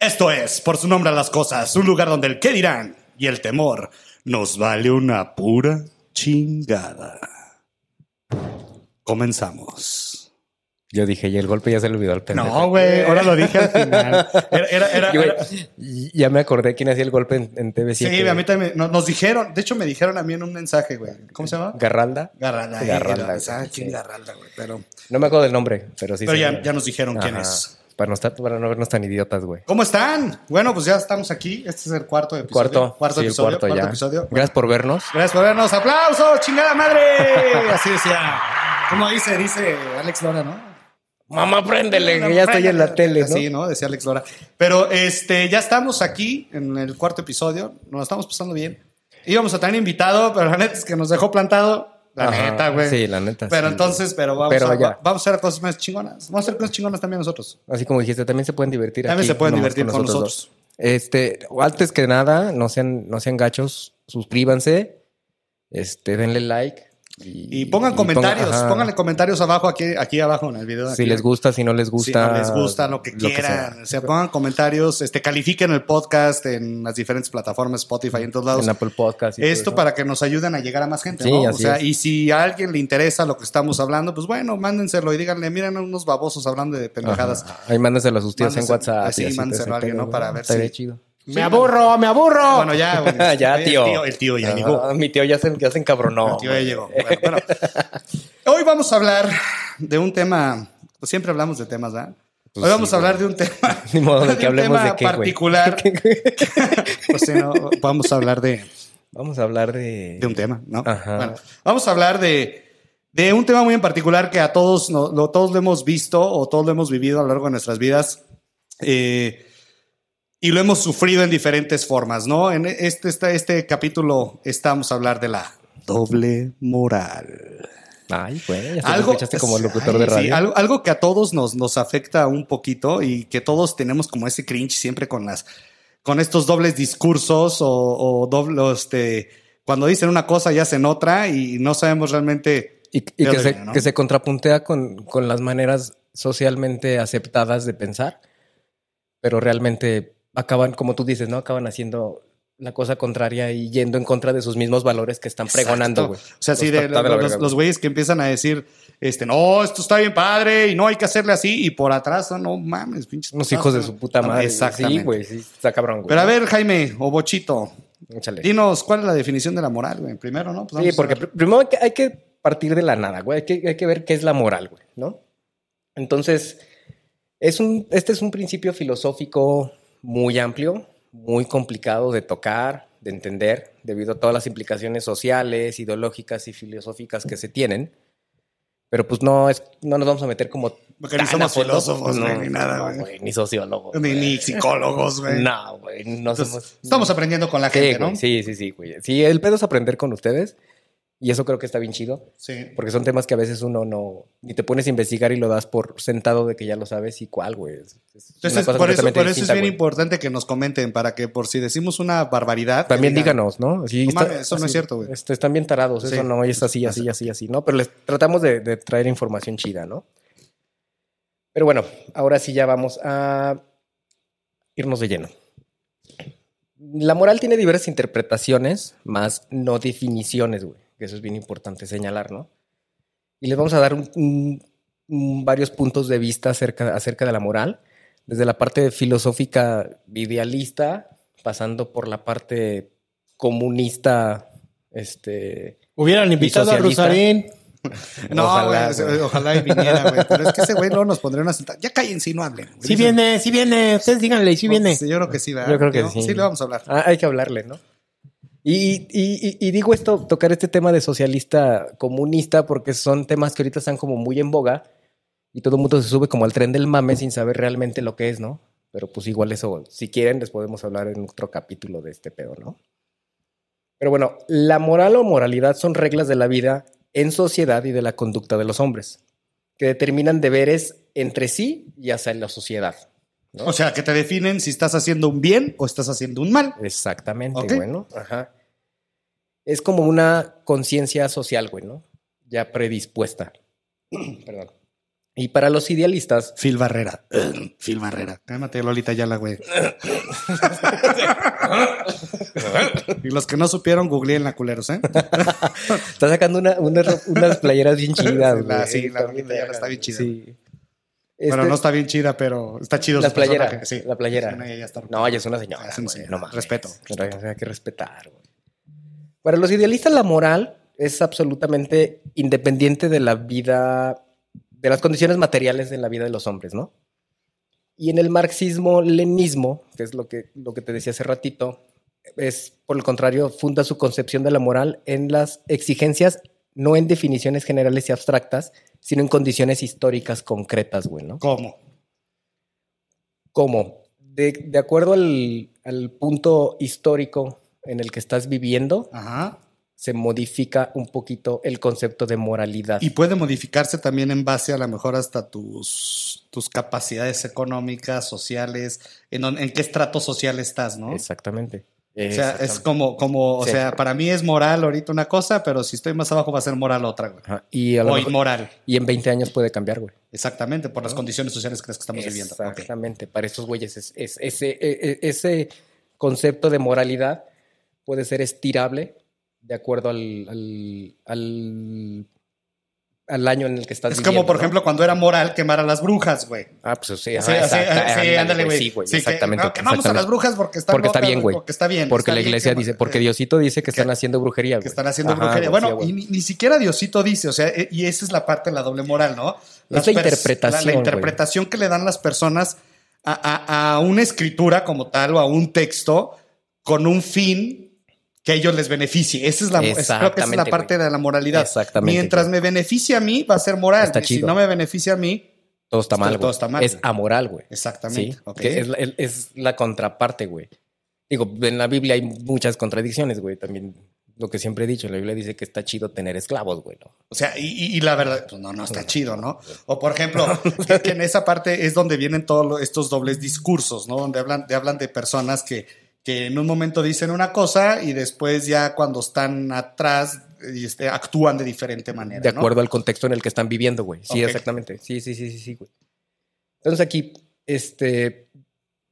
Esto es, por su nombre a las cosas, un lugar donde el qué dirán y el temor nos vale una pura chingada. Comenzamos. Yo dije, y el golpe ya se le olvidó al pendejo. No, güey, ahora lo dije al final. Era, era, era- Y, güey, era- y- ya me acordé quién hacía el golpe en, en TV7. Sí, a mí también. no- Nos dijeron, de hecho, me dijeron a mí en un mensaje, güey. ¿Cómo se llama? Garralda. Garralda. Garralda, eh, ah, sí. quién Garralda, güey. Pero, No me acuerdo del nombre, pero sí. pero sé ya, quién. ya nos dijeron quién Ajá. es. Para no, estar, para no vernos tan idiotas, güey. ¿Cómo están? Bueno, pues ya estamos aquí. Este es el cuarto episodio. Cuarto. Cuarto sí, el episodio. cuarto cuarto ya. episodio. Gracias por vernos. Gracias por vernos. ¡Aplausos! ¡Chingada madre! Así decía. ¿Cómo dice? Dice Alex Lora, ¿no? Mamá, préndele, que ya estoy en la tele, ¿no? Sí, ¿no? Decía Alex Lora. Pero este, ya estamos aquí en el cuarto episodio. Nos lo estamos pasando bien. Íbamos a tener invitado, pero la neta es que nos dejó plantado. La Ajá, neta, güey. sí, la neta, Pero sí. entonces, pero vamos, Pero a, ya. va- vamos a hacer cosas más chingonas. Vamos a hacer cosas chingonas también nosotros. Así como dijiste, también se pueden divertir. También se pueden nomás divertir con nosotros. dos. Este, antes que nada, no sean, no sean gachos, suscríbanse, este, denle like. Y, Y pongan comentarios, ajá. pónganle comentarios abajo aquí, aquí abajo en el video. Si aquí. les gusta, si no les Si gusta. no les gusta, lo que quieran. sea. o sea, pongan comentarios, este, califiquen el podcast en las diferentes plataformas, Spotify, en todos lados. en Apple Podcast. y todo Esto eso. para que nos ayuden a llegar a más gente, Sí, ¿no? O así sea, es. y si a alguien le interesa lo que estamos hablando, pues bueno, mándenselo y díganle, miren unos babosos hablando de Ajá. pendejadas. Ahí mándenselo a sus tíos en Mándenselo- WhatsApp. así, y todo mándenselo ese a alguien, pedo, ¿no? Para güey. ver Estaría si- chido. Sí, ¡Me aburro! ¡Me aburro! Bueno, ya, güey. ya, El tío. tío- el tío ya Ah, llegó. Mi tío ya se, ya se encabronó. El tío ya llegó. Bueno, bueno. hoy vamos a hablar de un tema, pues siempre hablamos de temas, ¿verdad? Pues hoy sí, vamos a güey. hablar de un tema, Ni modo de que un hablemos tema de qué, güey. particular. Pues sí, no, vamos a hablar de, Vamos a hablar de. de un tema, ¿no? Ajá. Bueno, vamos a hablar de, de un tema muy en particular que a todos, no- lo, todos lo hemos visto o todos lo hemos vivido a lo largo de nuestras vidas eh, y lo hemos sufrido en diferentes formas, ¿no? En este, este, este capítulo estamos a hablar de la doble moral. Ay, güey. Ya te escuchaste como locutor Ay, de sí, radio. algo, algo que a todos nos, nos afecta un poquito y que todos tenemos como ese cringe siempre con las con estos dobles discursos o, o doble, este, cuando dicen una cosa y hacen otra y no sabemos realmente. Y, y Ya que, sé, se, ¿no? que se contrapuntea con, con las maneras socialmente aceptadas de pensar, pero realmente acaban, como tú dices, ¿no? Acaban haciendo la cosa contraria y yendo en contra de sus mismos valores que están pregonando, güey. Exacto. O sea, sí, de, Está de la los, verga, los güeyes que empiezan a decir, este, no, esto está bien padre y no hay que hacerle así y por atrás, no, no mames, pinches. Unos hijos de putas, su ¿no? puta madre. Exactamente. Sí, güey, sí, está cabrón, güey. Pero a ver, Jaime o Bochito, Échale. dinos cuál es la definición de la moral, güey. Primero, ¿no? Pues Sí, vamos a porque ver. pr- primero hay que, hay que partir de la nada, güey. Hay que, hay que ver qué es la moral, güey, ¿no? Entonces, es un, este es un principio filosófico muy amplio, muy complicado de tocar, de entender, debido a todas las implicaciones sociales, ideológicas y filosóficas que se tienen. Pero pues no, es, no nos vamos a meter como... Porque ni tan somos a fondo, filósofos, no, güey, ni nada, no, güey. Ni sociólogos. Ni, güey. ni psicólogos, güey. No, güey, no Entonces, somos... Estamos aprendiendo con la Sí, gente, güey, ¿no? sí, sí, sí, güey. Sí, el pedo es aprender con ustedes y eso creo que está bien chido. Sí. Porque son temas que a veces uno no. Ni te pones a investigar y lo das por sentado de que ya lo sabes y cuál, güey. Es- es una Entonces, cosa por eso, completamente por eso es distinta, bien güey. importante que nos comenten para que por si decimos una barbaridad. que También digan, díganos, ¿no? Sí, No mames, eso no es cierto, güey. este, están bien tarados, Sí. eso no, y es así, así, así, así, ¿no? Pero les tratamos de, de traer información chida, ¿no? Pero bueno, ahora sí ya vamos a irnos de lleno. La moral tiene diversas interpretaciones, más no definiciones, güey. Que eso es bien importante señalar, ¿no? Y les vamos a dar un- un- un- varios puntos de vista acerca, acerca de la moral, desde la parte filosófica idealista, pasando por la parte comunista, este, Hubieran invitado a socialista. Rosarín. No, Ojalá, güey, ese- güey. ojalá, y viniera, güey. Pero es que ese güey luego nos pondría una sentada. Ya cállense y no hablen. güey. Si viene, si viene. Ustedes díganle, si No, viene. sí, yo creo que sí, ¿verdad? Yo creo que No, sí. Sí, le vamos a hablar. Ah, hay que hablarle, ¿no? Y, y- y- y digo esto, tocar este tema de socialista comunista, porque son temas que ahorita están como muy en boga y todo el mundo se sube como al tren del mame sin saber realmente lo que es, ¿no? Pero pues igual eso, si quieren, les podemos hablar en otro capítulo de este pedo, ¿no? Pero bueno, la moral o moralidad son reglas de la vida en sociedad y de la conducta de los hombres, que determinan deberes entre sí y hacia la sociedad. ¿no? O sea, que te definen si estás haciendo un bien o estás haciendo un mal. Exactamente, Ok. bueno. Ajá. Es como una conciencia social, güey, ¿no? Ya predispuesta. Perdón. Y para los idealistas, Phil Barrera. Phil Barrera. Cálmate, Lolita Yala, güey. y los que no supieron, googleen la culeros, ¿eh? está sacando una- una ro- unas playeras bien chidas. Sí, la- güey. sí, la Están bonita bien ya la está bien chida. vergas, güey. Sí. Bueno, Este- no está bien chida, pero está chido. La su personaje. playera, la playera. Sí, ella ya está- No, ella es una señora. Ah, es una güey, señora. no mames. Respeto. Hay que respetar, güey. Para los idealistas, la moral es absolutamente independiente de la vida, de las condiciones materiales de la vida de los hombres, ¿no? Y en el marxismo-lenismo, que es lo que, lo que te decía hace ratito, es, por el contrario, funda su concepción de la moral en las exigencias, no en definiciones generales y abstractas, sino en condiciones históricas concretas, güey, ¿no? ¿Cómo? ¿Cómo? De, de acuerdo al, al punto histórico en el que estás viviendo, Ajá. se modifica un poquito el concepto de moralidad. Y puede modificarse también en base a lo mejor hasta tus, tus capacidades económicas, sociales, en, don- en qué estrato social estás, ¿no? Exactamente. O sea, es como, como, o Sí. sea, para mí es moral ahorita una cosa, pero si estoy más abajo va a ser moral otra, güey. Ajá. Y, a lo O mejor- inmoral. y en 20 años puede cambiar, güey. Exactamente, por las condiciones sociales que las que estamos viviendo. Ok. Exactamente. Para estos güeyes, es- es- ese, e- e- ese concepto de moralidad puede ser estirable de acuerdo al, al, al, al año en el que estás Es viviendo. como, por ¿no? ejemplo, cuando era moral quemar a las brujas, güey. Ah, pues sí, Sí, ajá, sí, exacta- sí, ándale, pues ándale, güey. Sí, güey, Sí, que, exactamente. no, quemamos a exactamente. las brujas porque están Porque está locas, bien, güey. Porque está bien. Porque está la bien iglesia que- eh, dice, porque Diosito dice que están haciendo brujería, güey. que están haciendo Ajá, brujería. güey, sí, Bueno, güey. y ni, ni siquiera Diosito dice, o sea, e- y esa es la parte de la doble moral, ¿no? la pers- interpretación, La, güey. interpretación que le dan las personas a, a- a una escritura como tal o a un texto con un fin que a ellos les beneficie. Esa es la, es- creo que esa es la Exactamente, parte de la moralidad. Exactamente, Mientras me beneficie a mí, va a ser moral. Está Y Si chido. no me beneficia a mí, todo está mal, Todo güey. está mal, Es güey. amoral, güey. Sí, exactamente. ok. que es, la- es- es la contraparte, güey. Digo, en la Biblia hay muchas contradicciones, güey. También lo que siempre he dicho, la Biblia dice que está chido tener esclavos, güey. ¿no? O sea, y, y- y la verdad, pues no, no está chido, ¿no? O por ejemplo, que, que en esa parte es donde vienen todos lo- estos dobles discursos, ¿no? Donde hablan, de, hablan de personas que, que en un momento dicen una cosa y después ya cuando están atrás eh, este, actúan de diferente manera. De ¿no? acuerdo al contexto en el que están viviendo, güey. Sí, Ok. exactamente. Sí, sí, sí, sí, sí, güey. Entonces aquí, este,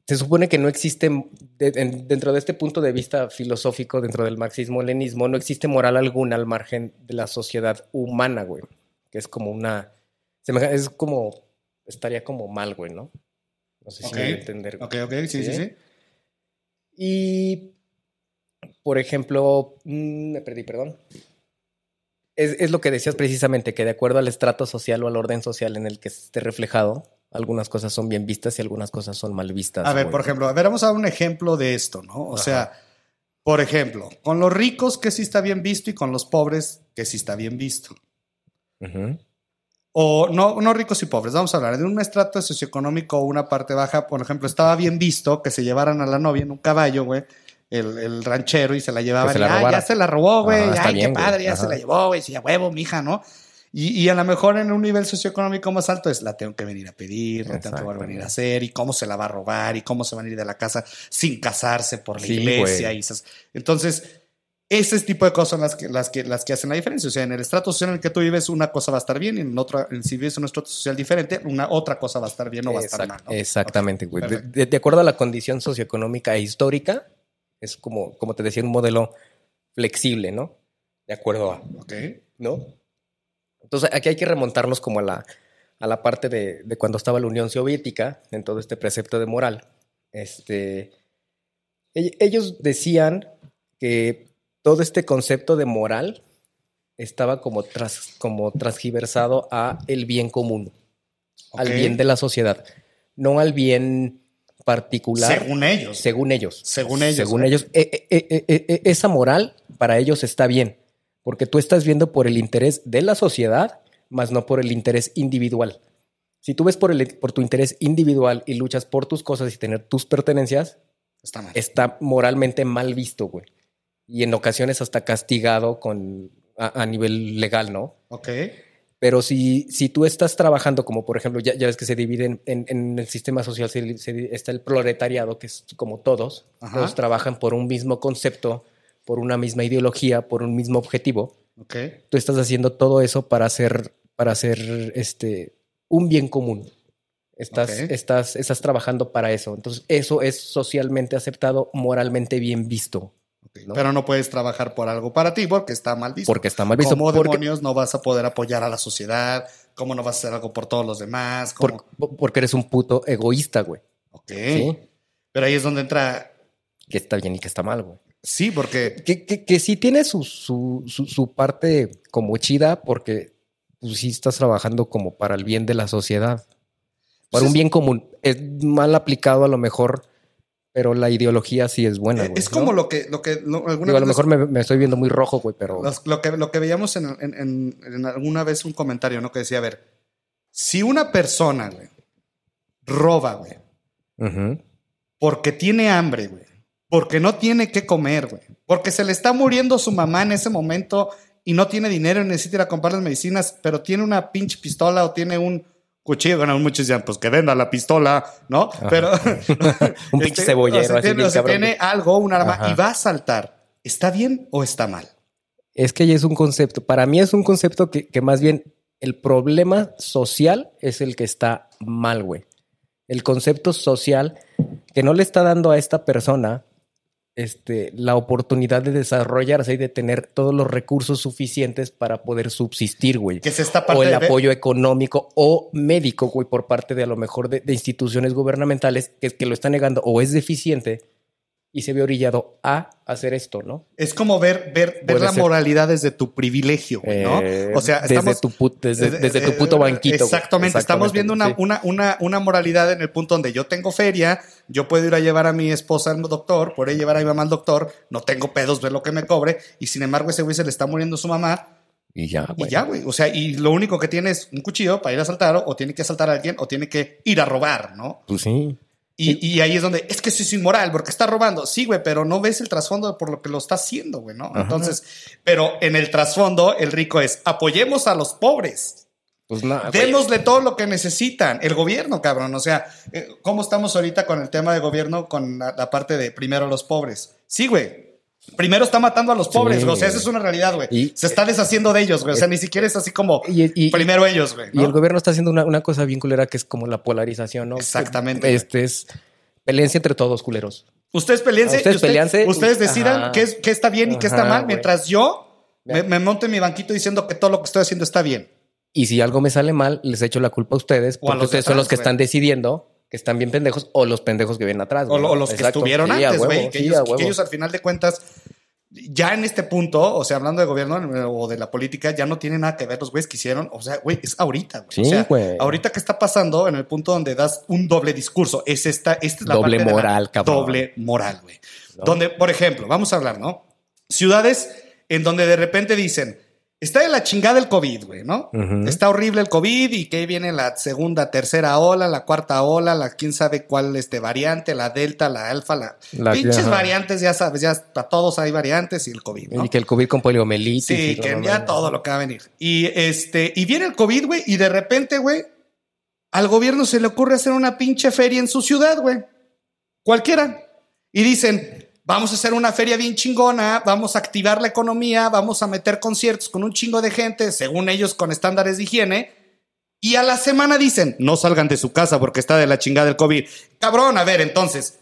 se supone que no existe, de- en- dentro de este punto de vista filosófico, dentro del marxismo-lenismo, no existe moral alguna al margen de la sociedad humana, güey. Que es como una, semeja- es como, estaría como mal, güey, ¿no? No sé si me voy Ok. a entender. güey. Ok, ok, sí, sí, Sí. sí. Y, por ejemplo, mm, me perdí, perdón. Es, es lo que decías precisamente, que de acuerdo al estrato social o al orden social en el que esté reflejado, algunas cosas son bien vistas y algunas cosas son mal vistas. A ver, güey. por ejemplo, a ver, vamos a dar un ejemplo de esto, ¿no? O Ajá. sea, por ejemplo, con los ricos que sí está bien visto y con los pobres que sí está bien visto. Ujú. o no, no ricos y pobres, vamos a hablar de un estrato socioeconómico o una parte baja, por ejemplo, estaba bien visto que se llevaran a la novia en un caballo, güey, el, el ranchero y se la llevaban, se la y, "Ah, robara". ya se la robó, güey, Ajá, está ay, bien, qué güey, padre, ya ajá. se la llevó, güey, sí, a huevo, mija, ¿no? Y, y a lo mejor en un nivel socioeconómico más alto es la tengo que venir a pedir, la tengo que Exactamente. venir a hacer, y cómo se la va a robar, y cómo se van a ir de la casa sin casarse por la Sí, iglesia. güey. Y esas- Entonces, ese tipo de cosas son las que, las, que, las que hacen la diferencia. O sea, en el estrato social en el que tú vives, una cosa va a estar bien, y en otra, en si vives en un estrato social diferente, una otra cosa va a estar bien o va a estar Exact- mal. ¿no? Exactamente, güey. De- perfecto. De, de acuerdo a la condición socioeconómica e histórica, es como, como te decía, un modelo flexible, ¿no? De acuerdo a, Ok. ¿no? Entonces aquí hay que remontarnos como a la, a la parte de, de cuando estaba la Unión Soviética, en todo este precepto de moral. Este, e- ellos decían que todo este concepto de moral estaba como, tras, como transgiversado a el bien común, al Ok. bien de la sociedad, no al bien particular. Según ellos. Según ellos. Según ellos, Según ¿eh? ellos. E- e- e- e- e- esa moral para ellos está bien, porque tú estás viendo por el interés de la sociedad, más no por el interés individual. Si tú ves por, el, por tu interés individual y luchas por tus cosas y tener tus pertenencias, Está mal. está moralmente mal visto, güey. Y en ocasiones hasta castigado con, a- a nivel legal, ¿no? Ok. Pero si, si tú estás trabajando, como por ejemplo, ya, ya ves que se dividen en, en el sistema social, se- se- está el proletariado, que es como todos, Ajá. todos trabajan por un mismo concepto, por una misma ideología, por un mismo objetivo. Ok. Tú estás haciendo todo eso para hacer, para hacer este, un bien común. Estás, Ok. estás, estás trabajando para eso. Entonces, eso es socialmente aceptado, moralmente bien visto, ¿no? Pero no puedes trabajar por algo para ti porque está mal visto. porque está mal visto. ¿Cómo porque, demonios no vas a poder apoyar a la sociedad? ¿Cómo no vas a hacer algo por todos los demás? ¿Cómo? por- porque eres un puto egoísta, güey. Ok. ¿Sí? Pero ahí es donde entra. Que está bien y que está mal, güey. Sí, porque. que, que, que sí tiene su, su, su, su parte como chida porque pues, sí estás trabajando como para el bien de la sociedad, Pues para un es- bien común. Es mal aplicado a lo mejor, pero la ideología sí es buena. eh, güey, es como ¿no? lo que. Lo que no, alguna Digo, a lo vez mejor me, me estoy viendo muy rojo, güey, pero... los- lo, que, lo que veíamos en, en- en- en alguna vez un comentario, ¿no? Que decía, a ver, si una persona, güey, roba, güey, Ujú. porque tiene hambre, güey, porque no tiene qué comer, güey, porque se le está muriendo su mamá en ese momento y no tiene dinero y necesita ir a comprar las medicinas, pero tiene una pinche pistola o tiene un cuchillo, bueno, muchos decían, pues que venda la pistola, ¿no? Pero Un pinche Este, cebollero. o sea, así tiene, bien o sea, cabrón. tiene algo, un arma Ajá. y va a saltar. ¿Está bien o está mal? Es que ya es un concepto. Para mí es un concepto que, que más bien el problema social es el que está mal, güey. El concepto social que no le está dando a esta persona este, la oportunidad de desarrollarse y de tener todos los recursos suficientes para poder subsistir, güey. Que se está O el de ver- apoyo económico o médico, güey, por parte de a lo mejor de, de instituciones gubernamentales que, que lo está negando o es deficiente y se ve orillado a hacer esto, ¿no? Es como ver, ver, ver Puede la ser. moralidad desde tu privilegio, güey, ¿no? Eh, o sea, estamos, eh, desde tu, pu- desde, desde tu puto banquito. güey. Exactamente. Estamos viendo una, sí. una, una, una moralidad en el punto donde yo tengo feria, yo puedo ir a llevar a mi esposa al doctor, puedo ir a llevar a mi mamá al doctor, no tengo pedos, ver lo que me cobre, y sin embargo ese güey se le está muriendo su mamá, Y ya, y güey. ya, güey. O sea, y lo único que tiene es un cuchillo para ir a asaltar, o, o tiene que asaltar a alguien, o tiene que ir a robar, ¿no? Pues sí. Y, y ahí es donde, es que eso es inmoral, porque está robando. Sí, güey, pero no ves el trasfondo por lo que lo está haciendo, güey, ¿no? Ajá. Entonces, pero en el trasfondo, el rico es, apoyemos a los pobres. Pues nada. güey. Démosle todo lo que necesitan. El gobierno, cabrón. O sea, eh, ¿cómo estamos ahorita con el tema de gobierno, con la, la parte de primero los pobres? Sí, güey. Primero está matando a los pobres, güey. O sea, esa es una realidad, güey. Y- eh, Se está deshaciendo de ellos, güey. O sea, ni siquiera es así como Y, y- primero ellos, güey. y ¿no? el gobierno está haciendo una, una cosa bien culera que es como la polarización, ¿no? Exactamente. Este es peleense entre todos, culeros. Ustedes peleense. y Ah, Ustedes usted- peleanse. Ustedes Ajá. decidan qué, es, qué está bien y qué está Ajá, mal, güey. mientras yo me, Ya. me monto en mi banquito diciendo que todo lo que estoy haciendo está bien. Y si algo me sale mal, les echo la culpa a ustedes O a porque los de ustedes son atrás, los que güey. están decidiendo que están bien pendejos o los pendejos que vienen atrás. O, güey. lo- o los que Exacto. estuvieron Sí, a antes, huevo, güey. que, sí, ellos, a huevo. que ellos al final de cuentas, ya en este punto, o sea, hablando de gobierno eh, o de la política, ya no tiene nada que ver los güeyes que hicieron. O sea, güey, es ahorita, güey. Sí, o sea, güey. ahorita que está pasando en el punto donde das un doble discurso. Es esta, esta es la Doble parte de la moral, cabrón. Doble moral, güey. No. Donde, por ejemplo, vamos a hablar, ¿no? Ciudades en donde de repente dicen, está de la chingada el COVID, güey, ¿no? Ujú. Está horrible el COVID y que ahí viene la segunda, tercera ola, la cuarta ola, la quién sabe cuál este variante, la delta, la alfa, la... La- Pinches ajá. variantes, ya sabes, ya para todos hay variantes y el COVID, ¿no? Y que el COVID con poliomielitis. Sí, y la que mamá. ya todo lo que va a venir. Y este, y viene el COVID, güey, y de repente, güey, al gobierno se le ocurre hacer una pinche feria en su ciudad, güey. Cualquiera. Y dicen, vamos a hacer una feria bien chingona, vamos a activar la economía, vamos a meter conciertos con un chingo de gente, según ellos con estándares de higiene. Y a la semana dicen, no salgan de su casa porque está de la chingada el COVID. Cabrón, a ver, entonces.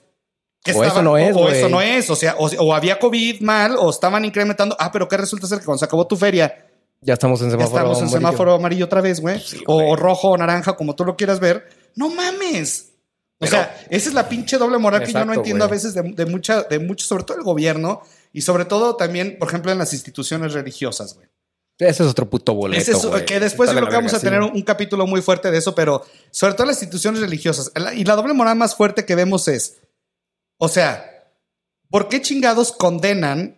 ¿qué O eso no es, o güey. eso no es, o sea, o, o había COVID mal, o estaban incrementando. Ah, pero ¿qué resulta ser que cuando se acabó tu feria, Ya estamos en ya semáforo. estamos en amarillo. semáforo amarillo otra vez, güey? o, güey. o rojo o naranja, como tú lo quieras ver. No mames. O Pero- sea, esa es la pinche doble moral que yo no Exacto, entiendo güey. a veces de, de mucha, de mucho, sobre todo el gobierno y sobre todo también, por ejemplo, en las instituciones religiosas, güey. Ese es otro puto boleto. Ese es- güey. que después Está yo creo de la que vamos verga, a tener sí. un, un capítulo muy fuerte de eso, pero sobre todo las instituciones religiosas. La- Y la doble moral más fuerte que vemos es, o sea, ¿por qué chingados condenan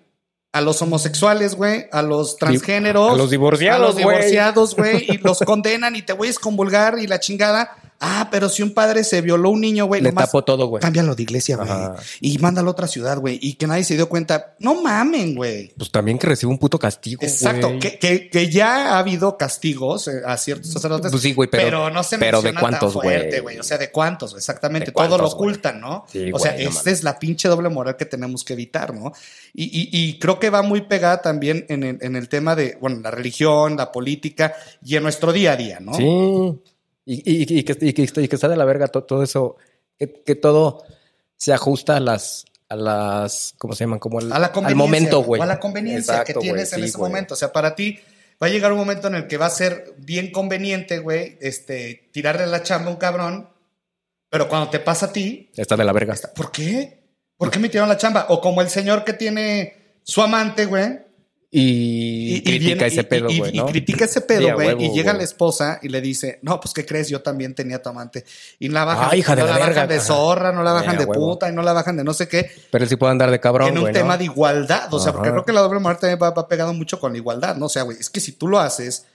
a los homosexuales, güey, a los transgéneros, A los divorciados, a los güey. divorciados, güey, y los condenan y te voy a excomulgar y la chingada? Ah, pero si un padre se violó a un niño, güey, Le nomás tapo todo, güey. cámbialo de iglesia, güey, Ajá. y mándalo a otra ciudad, güey, y que nadie se dio cuenta. No mamen, güey. Pues también que recibe un puto castigo. Exacto, güey. que, que, que ya ha habido castigos eh, a ciertos sacerdotes. Pues sí, güey, pero- no se pero menciona ¿de cuántos, tan güey? fuerte, güey. O sea, de cuántos, exactamente. ¿De cuántos, Todo lo güey? ocultan, ¿no? Sí, o sea, güey, no esta mames. es la pinche doble moral que tenemos que evitar, ¿no? Y, y- y creo que va muy pegada también en el, en el tema de, bueno, la religión, la política y en nuestro día a día, ¿no? Sí. Y, y- y que, y que- y que- y que está de la verga to- todo eso, que, que todo se ajusta a las, a las, ¿cómo se llaman? Como al, A la al conveniencia. momento, güey. o A la conveniencia que Exacto, tienes en güey, sí, ese güey. momento. O sea, para ti va a llegar un momento en el que va a ser bien conveniente, güey, este, tirarle la chamba a un cabrón. Pero cuando te pasa a ti, Está de la verga. ¿por qué? ¿Por qué me tiraron la chamba? O como el señor que tiene su amante, güey. Y, critica viene- ese y- pedo, y- güey, y ¿no? critica ese Sí, pedo, a güey. huevo, y llega güey. la esposa y le dice, no, pues, ¿qué crees? Yo también tenía tu amante. Y la bajan, Ah, hija de no la la, verga, bajan de ajá. zorra, no la Sí, bajan a de huevo. puta y no la bajan de no sé qué. Pero él sí puede andar de cabrón, en un güey, ¿no? tema de igualdad. O sea, porque Ajá. creo que la doble moral también va, va pegado mucho con la igualdad, ¿no? O sea, güey, es que si tú lo haces,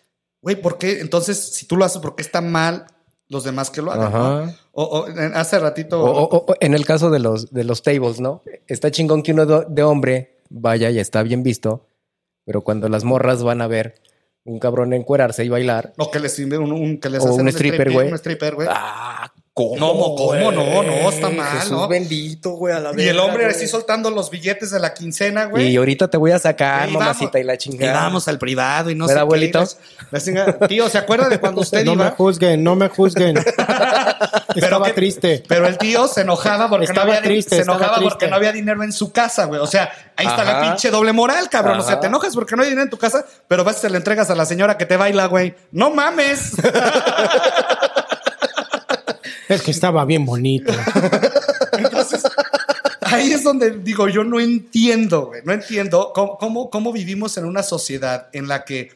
güey, ¿por qué? Entonces, si tú lo haces, ¿por qué está mal los demás que lo hagan? no? Ajá. O, o, en- hace ratito. O, o- o- o en el caso de los, de los tables, ¿no? Está chingón que uno do- de hombre vaya y está bien visto, pero cuando las morras van a ver un cabrón encuerarse y bailar. o que les, un, un- que les o hacen un stripper, striping, güey. Un stripper, güey. ¡Ah! ¿Cómo? No, mo- güey? ¿cómo? No, no, está mal, Jesús ¿no? bendito, güey, a la y el verga, hombre güey. así soltando los billetes de la quincena, Y güey. ahorita te voy a sacar, Y vamos- mamacita, y la chingada. al privado y no ¿Verdad, abuelito? abuelito? Tío, ¿se acuerda de cuando usted no iba? me juzguen, no me juzguen. Estaba qué- triste. Pero el tío se enojaba porque Estaba no había triste, se estaba enojaba porque triste. no había dinero en su casa, güey. O sea, ahí está la Ajá. pinche doble moral, cabrón. O sea, Ajá. te enojas porque no hay dinero en tu casa, pero vas y se le entregas a la señora que te baila, güey. No mames. Es que estaba bien bonito. Entonces, ahí es donde digo, yo no entiendo, güey. No entiendo cómo, cómo, cómo vivimos en una sociedad en la que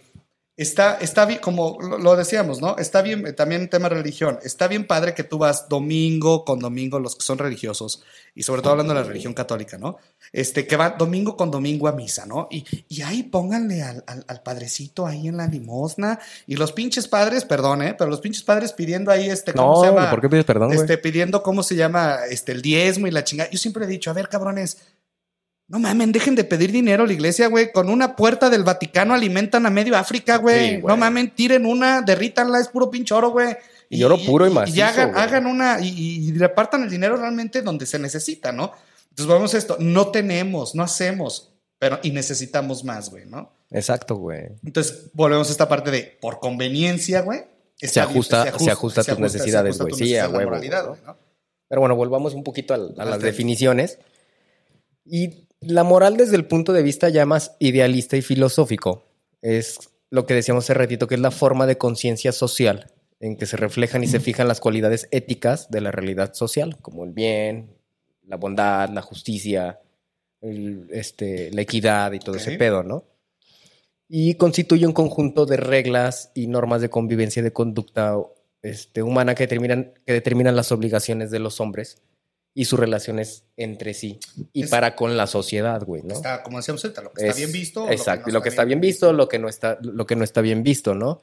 está, está bien, como lo, lo decíamos, ¿no? Está bien, eh, también tema religión. Está bien padre que tú vas domingo con domingo, los que son religiosos, y sobre todo hablando de la religión católica, ¿no? Este, que va domingo con domingo a misa, ¿no? Y, y ahí pónganle al, al- al padrecito ahí en la limosna, y los pinches padres, perdón, ¿eh? Pero los pinches padres pidiendo ahí este, No, se ¿por qué pides perdón, güey? este, pidiendo cómo se llama este, el diezmo y la chingada. Yo siempre he dicho, a ver, cabrones, no mamen, dejen de pedir dinero a la iglesia, güey. Con una puerta del Vaticano alimentan a medio África, güey. Sí, güey. no mamen, tiren una, derrítanla, es puro pinche oro, güey. Y oro puro y macizo, Y hagan, güey. hagan una, y, y- y repartan el dinero realmente donde se necesita, ¿no? Entonces vamos a esto, no tenemos, no hacemos, pero y necesitamos más, güey, ¿no? Exacto, güey. Entonces volvemos a esta parte de por conveniencia, güey. Se ajusta- bien, se ajusta a tus necesidades, ajusta a güey. tu Sí, a necesidad, la huevo, moralidad, ¿no? güey, ¿no? Pero bueno, volvamos un poquito al- a, las tema. definiciones. Y la moral desde el punto de vista ya más idealista y filosófico es lo que decíamos hace ratito, que es la forma de conciencia social en que se reflejan y se fijan las cualidades éticas de la realidad social, como el bien, la bondad, la justicia, el- este, la equidad y todo ese Ok. pedo, ¿no? Y constituye un conjunto de reglas y normas de convivencia y de conducta este, humana que determinan, que determinan las obligaciones de los hombres y sus relaciones entre sí y Es- para con la sociedad, güey, ¿no? está, como decíamos ahorita, lo que está Es- bien visto. o Exacto, y no lo que está bien visto, lo que no está, lo que no está bien visto, ¿no?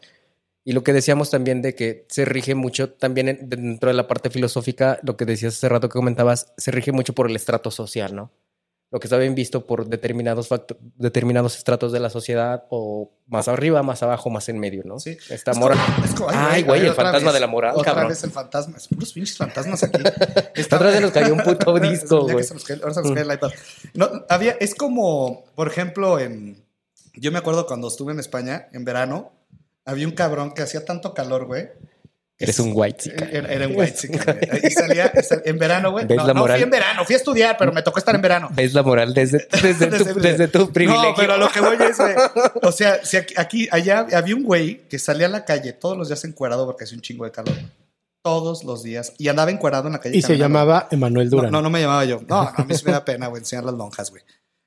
Y lo que decíamos también de que se rige mucho también en- dentro de la parte filosófica, lo que decías hace rato que comentabas, se rige mucho por el estrato social, ¿no? Lo que está bien visto por determinados facto- determinados estratos de la sociedad o más arriba, más abajo, más en medio, ¿no? Sí. Está Es moral. como- es como- Ay, güey, el otra fantasma de la moral, Otra cabrón. vez el fantasma. Es puros pinches fantasmas aquí. Está atrás se nos cayó un puto disco, Ya que güey. Mm. se nos cae- Ahora se nos cae el iPad. No, había, es como, por ejemplo, en. Yo me acuerdo cuando estuve en España, en verano, había un cabrón que hacía tanto calor, güey. que Eres un white chica. Era, era un white chicken, güey. Y salía, y sal- en verano, güey. ¿Ves No, la no moral? fui en verano, fui a estudiar, pero me tocó estar en verano. ¿Ves la moral desde, desde, tu, desde tu privilegio? No, pero a lo que voy es, güey, o sea, si aquí, aquí- allá había un güey que salía a la calle todos los días encuerado porque hacía un chingo de calor. Todos los días. Y andaba encuerado en la calle. Y se caminando. llamaba Emanuel No, Durán. no, no me llamaba yo. No, a mí se me da pena, güey, enseñar las lonjas, güey.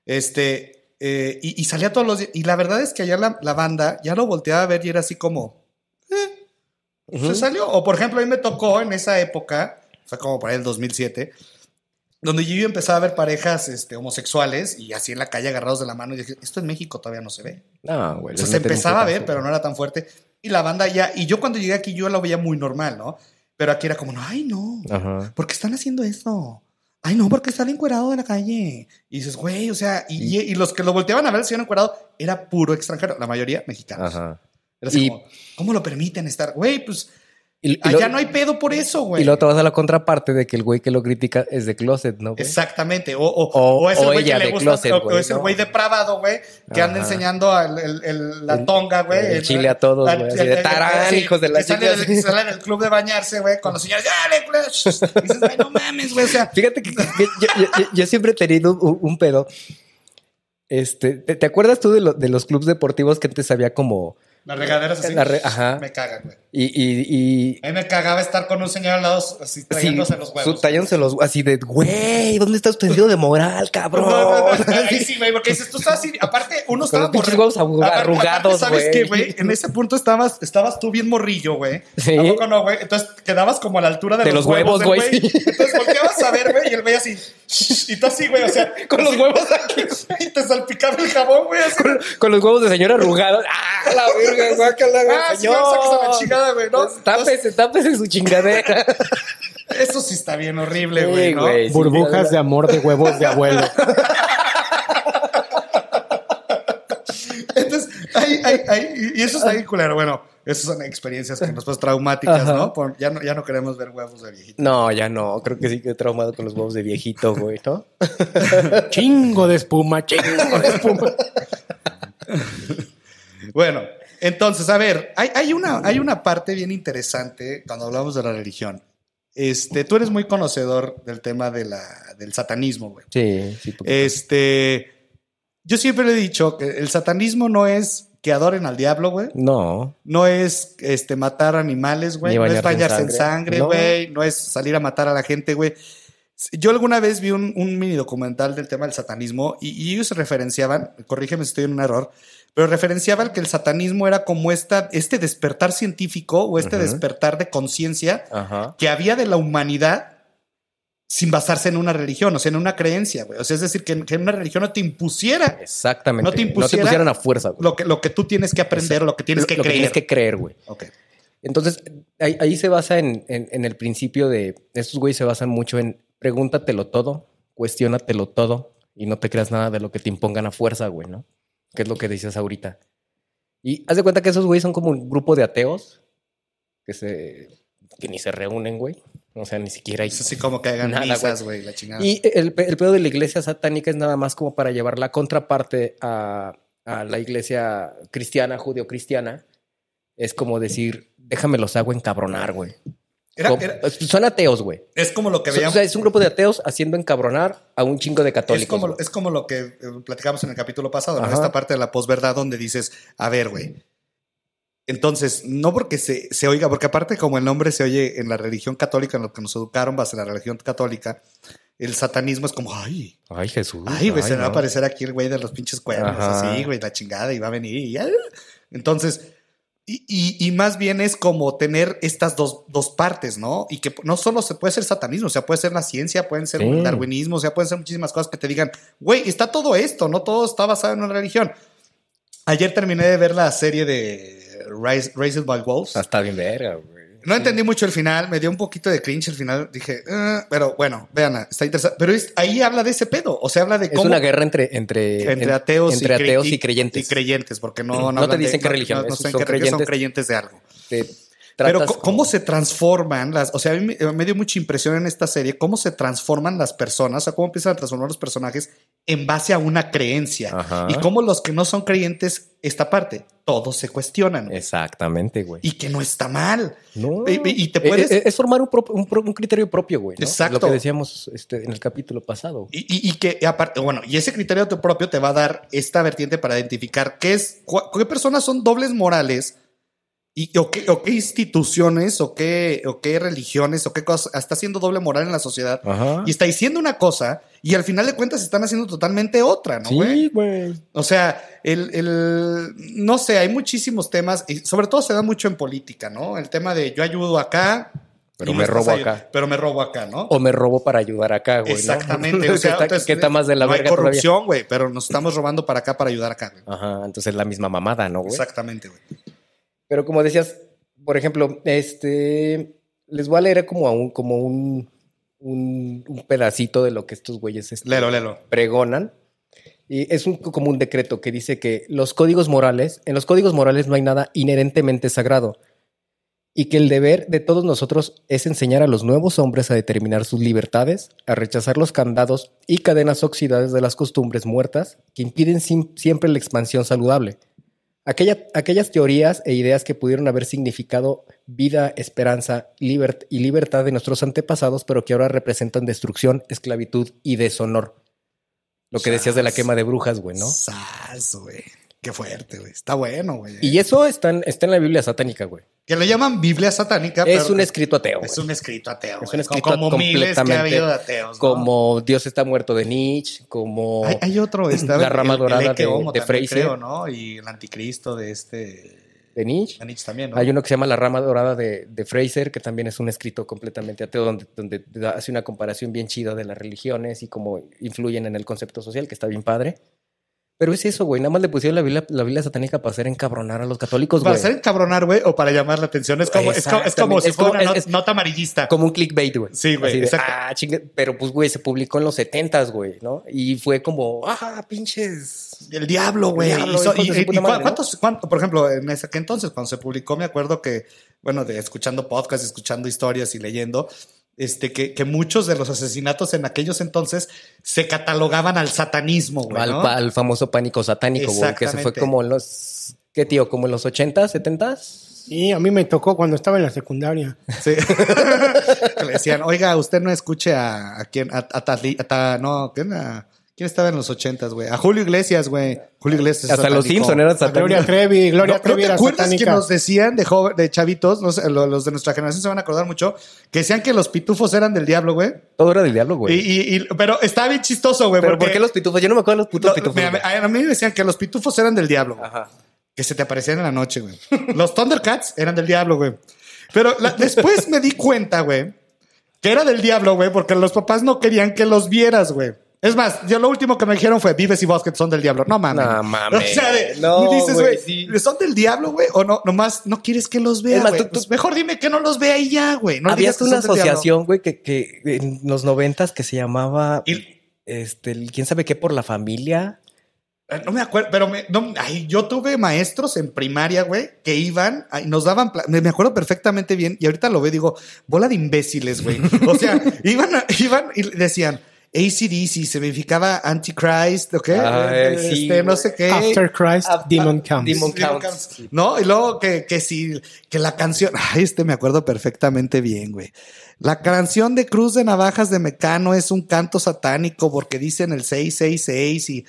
Este, eh, y, y salía todos los días. Y la verdad es que allá la, la banda ya lo volteaba a ver y era así como, Ujú. se salió. O por ejemplo, a mí me tocó en esa época, fue como para el 2007, donde yo ya empezaba a ver parejas este, homosexuales y así en la calle agarrados de la mano y dije, esto en México todavía no se ve. No, güey. O les sea, se meten un empezaba a ver, putazo. pero no era tan fuerte. Y la banda ya, y yo cuando llegué aquí yo lo veía muy normal, ¿no? Pero aquí era como, no, ay no, Ajá. ¿por qué están haciendo eso? Ay no, porque están encuerado de la calle. Y dices, güey, o sea, y, y- y los que lo volteaban a ver el señor encuerado era puro extranjero, la mayoría mexicanos. Ajá. Era así Y- como, ¿cómo lo permiten estar? Güey, pues Y, y Allá lo- no hay pedo por eso, güey. Y luego te vas a la contraparte de que el güey que lo critica es de closet, ¿no? güey? Exactamente. O, o, O- o es el o güey que ella le de gusta. closet, o- o güey, es el ¿no? güey depravado, güey, que anda Ajá. enseñando el- el- el- la El- tonga, güey. el chile a todos, al- güey, así de el- el- tarán, sí, hijos de la que sale chica, del- sí. sale del club de bañarse, güey, con los señores. ¡Dale, güey! Y Dices, güey, no mames, güey. O sea, Fíjate que, que yo, yo- yo- yo siempre he tenido un, un pedo. Este, ¿te, te acuerdas tú de, lo- de los clubes deportivos que antes había como las regaderas así. La re- ajá. Me cagan, güey. y, y, y A mí me cagaba estar con un señor al lado así trayéndose los su huevos. tallándose los hue- así de güey, ¿dónde está tu sentido de moral, cabrón? Ahí sí, güey, porque dices, tú estás así. Aparte, uno Con estaba los pinches borra- huevos arruga- Aparte- aparte, arrugados, ¿Sabes qué, güey. güey? En ese punto estabas, estabas tú bien morrillo, güey. Sí. ¿A poco no, güey? Entonces quedabas como a la altura de, De los huevos, del güey, sí. Entonces volteabas a ver, güey, y el güey así. Y tú así, güey, o sea. Con los huevos aquí. Y te salpicaba el jabón, güey. Así. Con, con los huevos de señor arrugados. ¡Ah, la verga! ¡Guácala, güey, Ah, sí, señor! sáquese la chingada, güey, ¿no? Pues, Tápese, tápese su chingadera. Eso sí está bien horrible, Sí, güey, ¿no? güey. Burbujas de amor de huevos de abuelo. Entonces, ahí, ahí, ahí, y eso está bien culero. Bueno, esas son experiencias que nos pasan traumáticas, Ajá. ¿no? Por- ya ¿no? Ya no queremos ver huevos de viejito. No, ya no. Creo que sí que traumado con los huevos de viejito, güey, ¿no? chingo de espuma, chingo de espuma. Bueno, entonces, a ver, hay, hay una, hay una parte bien interesante cuando hablamos de la religión. Este, tú eres muy conocedor del tema de la, del satanismo, güey. Sí, sí. porque- Este, yo siempre le he dicho que el satanismo no es que adoren al diablo, güey. no. No es este, matar animales, güey. Ni No es bañarse en bañarse en sangre. sangre, No. güey. No. es salir a matar a la gente, güey. Yo alguna vez vi un, un mini documental del tema del satanismo y, y ellos referenciaban, corrígeme si estoy en un error, pero referenciaban que el satanismo era como esta, este despertar científico o este Ujú. despertar de conciencia Ajá. que había de la humanidad sin basarse en una religión, o sea, en una creencia, güey. O sea, es decir, que, que una religión no te impusiera Exactamente. No te güey. impusiera- pusieran a fuerza, güey. lo que, lo que tú tienes que aprender o lo que tienes Lo- que lo creer. tienes que creer, güey. Ok. Entonces, ahí, ahí se basa en, en- en el principio de... Estos güeyes se basan mucho en pregúntatelo todo, cuestiónatelo todo y no te creas nada de lo que te impongan a fuerza, güey, ¿no? Que es lo que decías ahorita. Y haz de cuenta que esos güeyes son como un grupo de ateos que se... que ni se reúnen, güey. O sea, ni siquiera hay... Es así como que hagan Nada, misas, güey, la chingada. Y el, pe- el pedo de la iglesia satánica es nada más como para llevar la contraparte a, a la iglesia cristiana, judeocristiana. Es como decir, déjame los hago encabronar, güey. Era- Como- pues, era- Son ateos, güey. es como lo que So- O veíamos. sea, es un grupo de ateos haciendo encabronar a un chingo de católicos. es como, güey. es como lo que eh, platicamos en el capítulo pasado, ¿no? Ajá. Esta parte de la posverdad donde dices, a ver, güey. Entonces, no porque se, se oiga, porque aparte como el nombre se oye en la religión católica, en lo que nos educaron base en la religión católica, el satanismo es como, ay, Ay, Jesús. ay, güey, se me va a no. aparecer aquí el güey de los pinches cuernos, Ajá. así, güey, la chingada, y va a venir. y, ah. Entonces, y, y- y más bien es como tener estas dos, dos partes, ¿no? Y que no solo se puede ser satanismo, o sea, puede ser la ciencia, pueden ser Sí. el darwinismo, o sea, pueden ser muchísimas cosas que te digan, güey, está todo esto, no todo está basado en una religión. Ayer terminé de ver la serie de Rise, Raised by Wolves. Ah, Está bien verga, güey. No entendí mucho el final, me dio un poquito de cringe el final, dije, "Eh", pero bueno, vean, está interesante. Pero es- ahí habla de ese pedo, o sea, habla de Es cómo una guerra entre... Entre, entre Eh, en- ateos, entre cre- ateos y creyentes. Y creyentes, porque no, No te hablan dicen qué religión, No, no esos saben son qué religión, son creyentes creyentes. de algo. Te Pero tratas co- cómo se transforman las, o sea, a mí me, me dio mucha impresión en esta serie, cómo se transforman las personas, o sea, cómo empiezan a transformar los personajes en base a una creencia. Ajá. Y cómo los que no son creyentes, esta parte, todos se cuestionan. Exactamente, güey. Y que no está mal. No. Eh, Y- y- y te puedes- Es, es formar un, prop- un pro- un criterio propio, güey. ¿no? Exacto. Lo que decíamos este, en el capítulo pasado. Y, y- y que y aparte, bueno, y ese criterio tu propio te va a dar esta vertiente para identificar qué es, cua- qué personas son dobles morales y o qué, o qué instituciones o qué, o qué religiones o qué cosas está haciendo doble moral en la sociedad Ajá. y está diciendo una cosa y al final de cuentas están haciendo totalmente otra, ¿no, güey? sí, güey. O sea, el, el- no sé, hay muchísimos temas y sobre todo se da mucho en política, ¿no? El tema de yo ayudo acá. Pero y no me estás robo ayu- acá. Pero me robo acá, ¿no? O me robo para ayudar acá, güey. ¿no? Exactamente. O que, sea, está, entonces, que está más de la no verga hay todavía. corrupción, güey, pero nos estamos robando para acá para ayudar acá, güey. Ajá. Entonces es la misma mamada, ¿no, güey? Exactamente, güey. Pero como decías, por ejemplo, este. Les voy a leer como a un, como un, un, un pedacito de lo que estos güeyes este, Lelo, lelo. pregonan. Y es un, como un decreto que dice que los códigos morales, en los códigos morales no hay nada inherentemente sagrado. y que el deber de todos nosotros es enseñar a los nuevos hombres a determinar sus libertades, a rechazar los candados y cadenas oxidadas de las costumbres muertas que impiden sim- siempre la expansión saludable. Aquella- aquellas teorías e ideas que pudieron haber significado vida, esperanza libert- y libertad de nuestros antepasados, pero que ahora representan destrucción, esclavitud y deshonor. Lo que decías de la quema de brujas, güey, ¿no? Sas, güey. Qué fuerte, güey. Está bueno, güey. Y eso está en, está en la Biblia satánica, güey. Que le llaman Biblia satánica. Es pero- un escrito ateo. Es güey. un escrito ateo. Es güey. un escrito como miles que ha completamente- habido de ateos. ¿no? Como Dios está muerto de Nietzsche, como... Hay, hay otro, está La rama el- el dorada Ecce de- Homo de también, Fraser. creo, ¿no? Y el anticristo de este. de Nietzsche. Nietzsche también, ¿no? Hay uno que se llama La Rama Dorada de, de Fraser, que también es un escrito completamente ateo, donde, donde da- hace una comparación bien chida de las religiones y cómo influyen en el concepto social, que está bien padre. Pero es eso, güey. Nada más le pusieron la Biblia, la Biblia satánica para hacer encabronar a los católicos, Para güey. hacer encabronar, güey, o para llamar la atención. Es como, es, co- es como Exactamente. si Es como- fuera una es- not- es- nota amarillista. Como un clickbait, güey. Sí, güey, Así de, exacto. Ah, chinga. Pero pues, güey, se publicó en los 70s, güey, ¿no? Y fue como, ah, pinches. El diablo, güey. El diablo, Y so- hijos y- de su y puta cua- madre, ¿no? ¿cuántos- cuánto- por ejemplo, en ese que entonces, cuando se publicó, me acuerdo que, bueno, de escuchando podcasts, escuchando historias y leyendo, este, que, que muchos de los asesinatos en aquellos entonces se catalogaban al satanismo, güey. al, ¿no? pa- al famoso pánico satánico, güey, que se fue Exactamente. como en los. ¿Qué, tío? ¿Como en los 80s, 70s? Sí, a mí me tocó cuando estaba en la secundaria. Sí. que le decían, oiga, usted no escuche a, a quién, a, a Tadli- a Ta- no, ¿quién, a- quién estaba en los ochentas, güey? A Julio Iglesias, güey. Julio Iglesias. es Hasta los satánico. Simpson eran Gloria satánicos. Trevi, Gloria ¿No- ¿No, Trevi te era acuerdas satánica. que nos decían de, joven- de chavitos, no sé, lo- los de nuestra generación se van a acordar mucho, que decían que los pitufos eran del diablo, güey? Todo era del diablo, Y, güey. y- y- pero está bien chistoso, güey. ¿Pero porque por qué los pitufos? Yo no Ah. me acuerdo de los putos lo- pitufos. mira, güey. a, a mí me decían que los pitufos eran del diablo. güey. Ajá. Que se te aparecían en la noche, güey. Los Thundercats eran del diablo, güey. Pero la- después me di cuenta, güey, que era del diablo, güey, porque los papás no querían que los vieras, güey. Es más, yo lo último que me dijeron fue, vives y bosques son del diablo. No mames. No mames. O sea, de- No, dices, güey, güey, sí. ¿son del diablo, güey? O no, nomás no quieres que los vea, Es más, güey. tú- Pues tú- mejor dime que no los vea y ya, güey. No Había digas que son una del diablo. asociación, güey, que, que en los noventas que se llamaba. Y- Este, el quién sabe qué por la familia. Eh, No me acuerdo, pero me- no, ay, yo tuve maestros en primaria, güey, que iban ay, nos daban. pla- Me, me acuerdo perfectamente bien y ahorita lo veo y digo, bola de imbéciles, güey. O sea, iban, a- iban y decían. ACDC significaba Antichrist, ¿ok? Ah, eh, Este, sí, no güey. sé qué. After Christ, Ah, Demon ah, Comes. Demon- Demon Counts. Counts, ¿No? Y luego que, que si, que la canción, ay, este me acuerdo perfectamente bien, güey. La canción de Cruz de Navajas de Mecano es un canto satánico porque dicen el 666 y...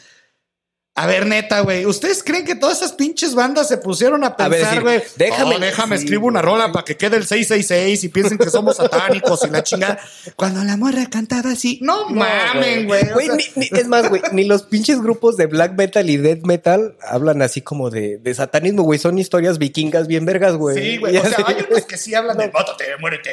A ver, neta, güey, ¿ustedes creen que todas esas pinches bandas se pusieron a ver, pensar, sí, güey? déjame- "Oh, déjame, sí, escribo una güey. rola para que quede el 666 y piensen que somos satánicos y la chingada. Cuando la morra cantaba así, no, mamen, güey. o sea, ni- ni- es más, güey, ni los pinches grupos de black metal y death metal hablan así como de, de satanismo, güey. Son historias vikingas bien vergas, güey. Sí, güey. Y O sea, así- hay unos que sí hablan de mátate, muérete.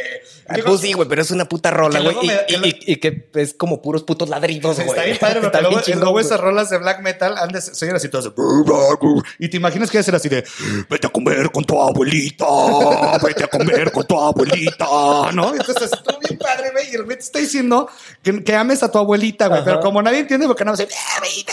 Ah, Digo, pues sí, güey, pero es una puta rola, que güey. luego Y, me- que y- luego- y- y que es como puros putos ladridos, güey. Está bien padre, Está porque luego, bien chingón, luego güey. esas rolas de black metal han de ser- se oyen así todas de- Y te imaginas que hacer así de vete a comer con tu abuelita, vete a comer con tu abuelita, ¿no? Entonces estuvo bien padre, güey. Y el güey te está diciendo que, que ames a tu abuelita, güey. Pero como nadie entiende, porque nada más así,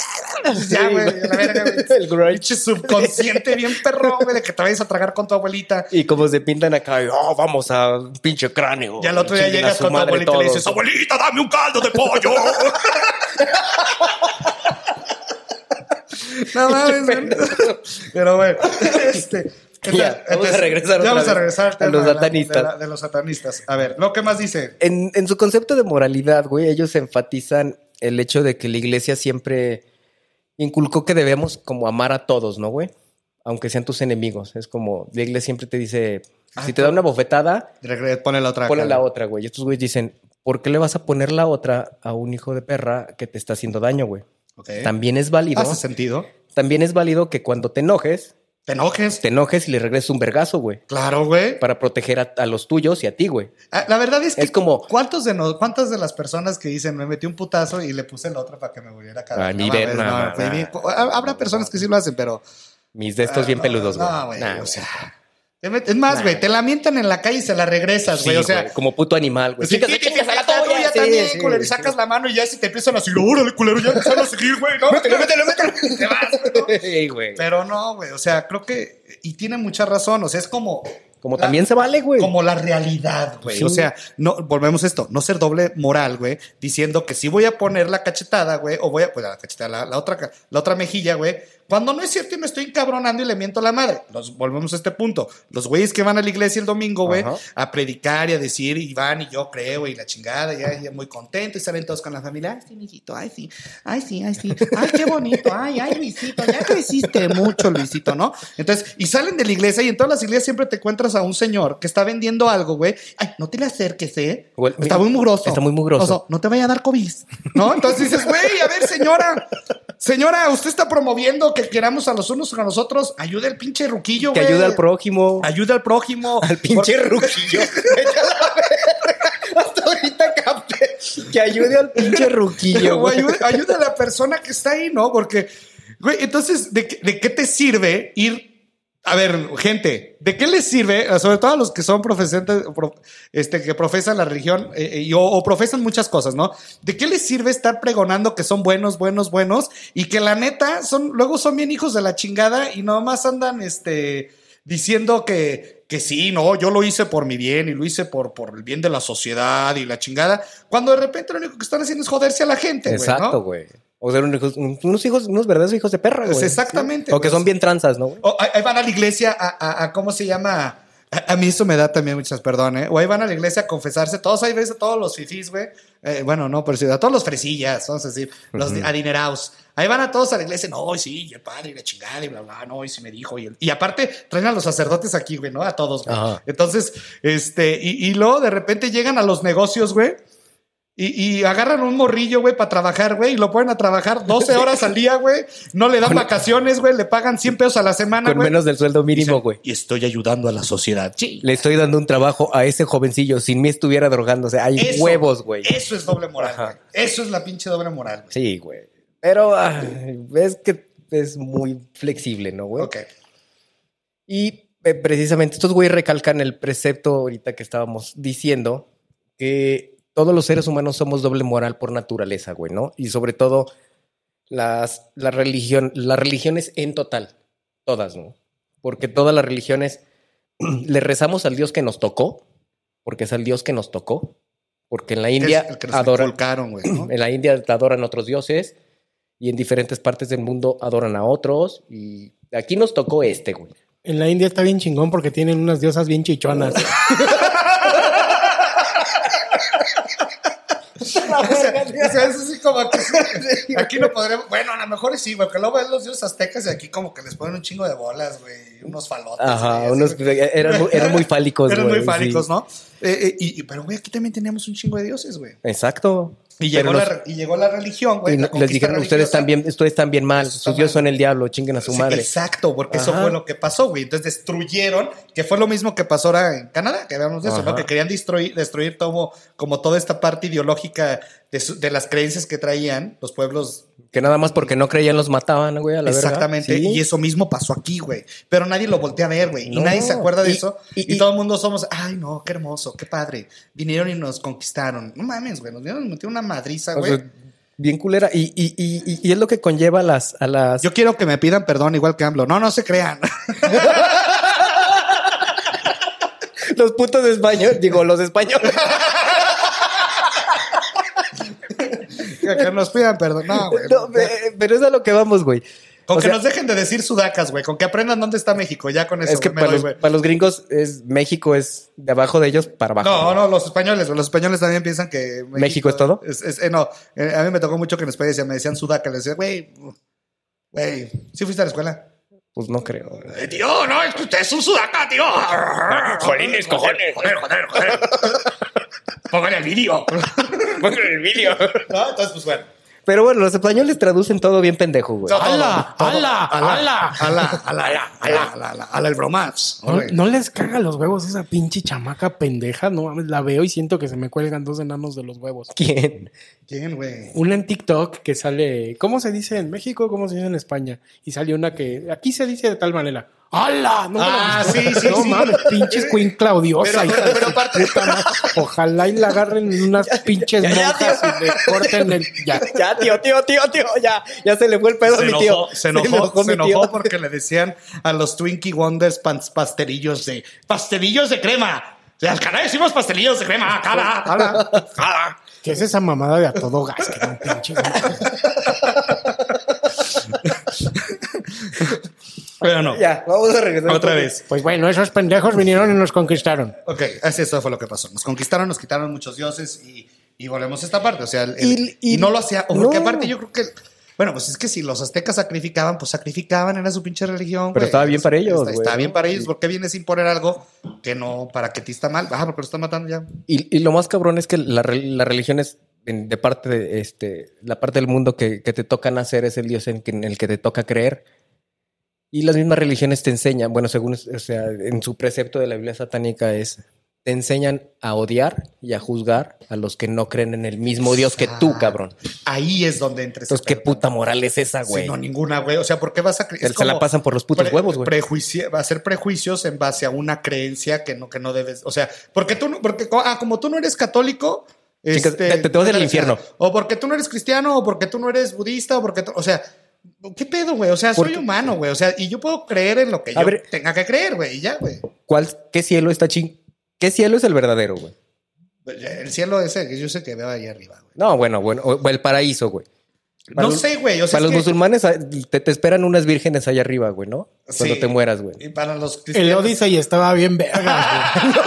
ya, güey, a la verga, güey. El grunge. Pinche subconsciente bien perro, güey, de que te vayas a tragar con tu abuelita. Y como se pintan acá, y, oh, vamos a un pinche cráneo. Y al otro día Chinguen a llegas su con tu madre abuelita y le todos. dices, abuelita, dame un caldo de pollo. no mames, güey. Pero bueno, este. Ya, vamos entonces, a regresar ya otra vamos a vez regresar al a tema los de la- satanistas. De, la- de los satanistas. A ver, lo que más dice. en, en su concepto de moralidad, güey, ellos enfatizan el hecho de que la iglesia siempre inculcó que debemos como amar a todos, ¿no, güey? Aunque sean tus enemigos. Es como, la iglesia siempre te dice, Ah, si te da una bofetada, Regre- Ponle la otra. ponle cara. la otra, güey. Y estos güeyes dicen, ¿por qué le vas a poner la otra a un hijo de perra que te está haciendo daño, güey? Ok. También es válido. Hace sentido. También es válido que cuando te enojes, Te enojes. te enojes y le regreses un vergazo, güey. Claro, güey. Para proteger a, a los tuyos y a ti, güey. Ah, La verdad es que Es como- ¿cuántos de no- cuántas de las personas que dicen me metí un putazo y le puse la otra para que me volviera a caer? Ay, No mi ver- mames, no, no, no, fue no. bien- ha- Habrá personas que sí lo hacen, pero Mis de estos bien Ah, peludos, güey. No, güey. Nah, o güey. sea, te met- es más, güey, te lamentan en la calle y se la regresas, güey. Sí, o sea, güey, como puto animal, güey. sí, Chingas, sí, sí, chingas a la sí, tú tuya, ya sí, también, sí, culero, y sí. sacas la mano y ya si te empiezan a decir, órale, culero, ya empezaron a seguir, güey. No, Métele, métele, Te vas, güey, ¿no? métele. Ey, güey. Pero no, güey, o sea, creo que, y tiene mucha razón, o sea, es como, Como también se vale, güey. como la realidad, güey. Sí. O sea, no, volvemos a esto, no ser doble moral, güey, diciendo que sí voy a poner la cachetada, güey, o voy a, pues la cachetada, la, la otra, ca- la otra mejilla, güey, cuando no es cierto y me estoy encabronando y le miento a la madre. Nos volvemos a este punto. Los güeyes que van a la iglesia el domingo, güey, Ajá. a predicar y a decir, y van y yo creo, y la chingada, ya, ya muy contento, y salen todos con la familia, ay, sí, mijito, ay, sí, ay, sí, ay, sí, ay, qué bonito, ay, ay, Luisito, ya creciste mucho, Luisito, ¿no? Entonces, y salen de la iglesia, y en todas las iglesias siempre te encuentras a un señor que está vendiendo algo, güey, ay, no te le acerques, ¿eh? Güey, Está muy mugroso. está muy mugroso. O sea, no te vaya a dar COVID, ¿no? Entonces dices, güey, a ver, señora, señora, usted está promoviendo que queramos a los unos con los otros, ayude al pinche ruquillo, Que güey. ayuda al prójimo. Ayuda al prójimo. Al pinche ruquillo. Vete a la verga. Hasta ahorita capté. Que ayude al pinche ruquillo, Pero, güey, güey. ayuda, ayuda a la persona que está ahí, ¿no? Porque, güey, entonces, ¿de, qué- de qué te sirve ir? A ver, gente, ¿de qué les sirve, eh, sobre todo a los que son profesantes, pro- este, que profesan la religión eh, eh, y- o, o profesan muchas cosas, ¿no? ¿De qué les sirve estar pregonando que son buenos, buenos, buenos y que la neta son, luego son bien hijos de la chingada y nomás andan, este, diciendo que, que sí, no, yo lo hice por mi bien y lo hice por, por el bien de la sociedad y la chingada, cuando de repente lo único que están haciendo es joderse a la gente, güey, ¿no? Exacto, güey. O sea, unos hijos- unos hijos, unos verdaderos hijos de perra, Pues güey. exactamente, O que güey. son bien tranzas, ¿no? güey? O Oh, ahí ahí van a la iglesia a, a- a- ¿cómo se llama? A, a mí eso me da también muchas, perdón, ¿eh? O ahí van a la iglesia a confesarse. Todos ahí ves a todos los fifís, güey. Eh, bueno, no, pero sí, a todos los fresillas, vamos a decir, los adinerados. Ahí van a todos a la iglesia, no, y sí, y el padre, y la chingada, y bla, bla, no, y si me dijo. Y, el- y aparte, traen a los sacerdotes aquí, güey, ¿no? A todos, güey. Ajá. Entonces, este, y, y luego de repente llegan a los negocios, güey. Y, y agarran un morrillo, güey, para trabajar, güey, y lo ponen a trabajar 12 horas al día, güey. No le dan vacaciones, güey, le pagan 100 pesos a la semana, Con güey. menos del sueldo mínimo, güey. Y estoy ayudando a la sociedad. Sí. Le estoy dando un trabajo a ese jovencillo. Sin mí estuviera drogándose. Hay Eso, huevos, güey. Eso es doble moral, Ajá. güey. Eso es la pinche doble moral, güey. Sí, güey. Pero ay, es que es muy flexible, ¿no, güey? Ok. Y eh, precisamente estos güeyes recalcan el precepto ahorita que estábamos diciendo, que todos los seres humanos somos doble moral por naturaleza, güey, ¿no? Y sobre todo las, la religión, las religiones en total, todas, ¿no? Porque todas las religiones le rezamos al Dios que nos tocó, porque es al Dios que nos tocó, porque en la India Es el que nos adoran, inculcaron, güey. ¿no? en la India adoran a otros dioses y en diferentes partes del mundo adoran a otros y aquí nos tocó este, güey. En la India está bien chingón porque tienen unas diosas bien chichonas. pues, O sea, o sea, es así como que aquí no podremos. Bueno, a lo mejor sí, güey, porque luego ven los dioses aztecas y aquí como que les ponen un chingo de bolas, güey, y unos falotes. güey, Ajá, así, unos, güey. eran, muy- eran muy fálicos, Eran güey, muy fálicos, sí. ¿no? Eh, eh, y, y- pero, güey, aquí también teníamos un chingo de dioses, güey. Exacto. Y llegó, Pero la, los- re- y llegó la religión, güey. y la no- les conquista dijeron, ustedes religiosa". están bien, ustedes están bien mal, Está sus dioses mal. son el diablo, chinguen a su Sí, madre. Exacto, porque eso Ajá. fue lo que pasó, güey. Entonces destruyeron, que fue lo mismo que pasó ahora en Canadá, que hablamos de eso, Ajá. ¿no? Que querían destruir, destruir todo, como toda esta parte ideológica de, su- de las creencias que traían los pueblos. Que nada más porque no creían los mataban, güey, a la verga. Exactamente. Sí. Y eso mismo pasó aquí, güey. Pero nadie lo voltea a ver, güey. No. Y nadie se acuerda de Y- eso. y- Y, y- todo el mundo somos, ay, no, qué hermoso, qué padre. Vinieron y nos conquistaron. No mames, güey. Nos dieron nos metieron una madriza, O güey. sea, bien culera. Y, y, y, y- y es lo que conlleva a las, a las Yo quiero que me pidan perdón igual que AMLO. No, no se crean. los putos españoles, digo, los españoles. que nos pidan perdón. No, güey. No, eh, pero es a lo que vamos, güey. Con O que sea, nos dejen de decir sudacas, güey. Con que aprendan dónde está México. Ya con eso es que güey, me para doy, los, güey. para los gringos es México es de abajo de ellos para abajo. No, güey. no, los españoles, güey. Los españoles también piensan que. ¿México es todo? es- es- eh, no, Eh, a mí me tocó mucho que en España decían- me decían sudaca. Les decía, güey, güey, ¿sí fuiste a la escuela? Pues no creo. Eh, tío, no, es que usted es un sudaca, tío. Jolines, cojones. Joder, joder, joder. Pongan el vídeo. Pongan el vídeo. No, entonces, pues bueno. Pero bueno, los españoles traducen todo bien pendejo, güey. Todo, ¡Hala! todo. ¡Hala! ¡Hala! ¡Hala! ¡Hala! ¡Hala! ¡Hala! ¡Hala! ¡Hala el bromaz! ¿No, no les caga los huevos esa pinche chamaca pendeja? No mames, la veo y siento que se me cuelgan dos enanos de los huevos. ¿Quién? ¿Quién, güey? Una en TikTok que sale, ¿cómo se dice en México? ¿Cómo se dice en España? Y sale una que aquí se dice de tal manera. ¡Hala! No, Ah, mames. sí, sí, No sí. mames, pinches Queen Claudiosa. Pero- hija pero- de pero su aparte- puta madre. Ojalá y la agarren unas pinches ya, ya, monjas y le corten el. Ya. Ya, tío, tío, tío, tío, ya, ya se le fue el pedo Se a mi tío. enojó, se enojó, se mi enojó tío. porque le decían a los Twinkie Wonders pan- pastelillos de pastelillos de crema. De Alcalá decimos pastelillos de crema, cara, cara, cara. ¿Qué es esa mamada de a todo gas? Que no, pinches. Pero no, Ya, vamos a regresar. otra vez. Pues bueno, esos pendejos vinieron y nos conquistaron. Ok, así eso fue lo que pasó. Nos conquistaron, nos quitaron muchos dioses y, y volvemos a esta parte. O sea, el- el- Y- y, y- no lo hacía. o Porque no. aparte yo creo que... Bueno, pues es que si los aztecas sacrificaban, pues sacrificaban, era su pinche religión. Pero güey. estaba bien para ellos, Está, está güey, bien ¿no? para ellos. ¿Por qué vienes a imponer algo que no, para que ti está mal? Ah, porque lo están matando ya. Y, y lo más cabrón es que la, re- la religión es en- de parte de este, la parte del mundo que, que te toca nacer es el Dios en, que- en el que te toca creer. Y las mismas religiones te enseñan, bueno, según, o sea, en su precepto de la Biblia satánica es, te enseñan a odiar y a juzgar a los que no creen en el mismo Dios que tú, cabrón. Ahí es donde entres. Entonces, ¿qué puta moral es esa, Sí, güey? no, ninguna, güey. O sea, ¿por qué vas a... cre- Se- es se la como pasan por los putos pre- huevos, güey. prejuici- hacer prejuicios en base a una creencia que no, que no debes... O sea, porque tú no... Porque, ah, como tú no eres católico... Chicas, te- te- te vas no al eres- infierno. O porque tú no eres cristiano, o porque tú no eres budista, o porque... tú- o sea, ¿qué pedo, güey? O sea, soy Porque- humano, güey. O sea, y yo puedo creer en lo que A yo ver- tenga que creer, güey. Y ya, güey. ¿Cuál, ¿Qué cielo está ching? ¿Qué cielo es el verdadero, güey? El cielo ese que yo sé que veo ahí arriba, güey. No, bueno, bueno, o- o el paraíso, güey. Para No los- sé, güey. O sea, Para los es que- musulmanes ah, te, te esperan unas vírgenes allá arriba, güey, ¿no? Cuando Sí. te mueras, güey. y para los cristianos... El Odyssey estaba bien verga. güey.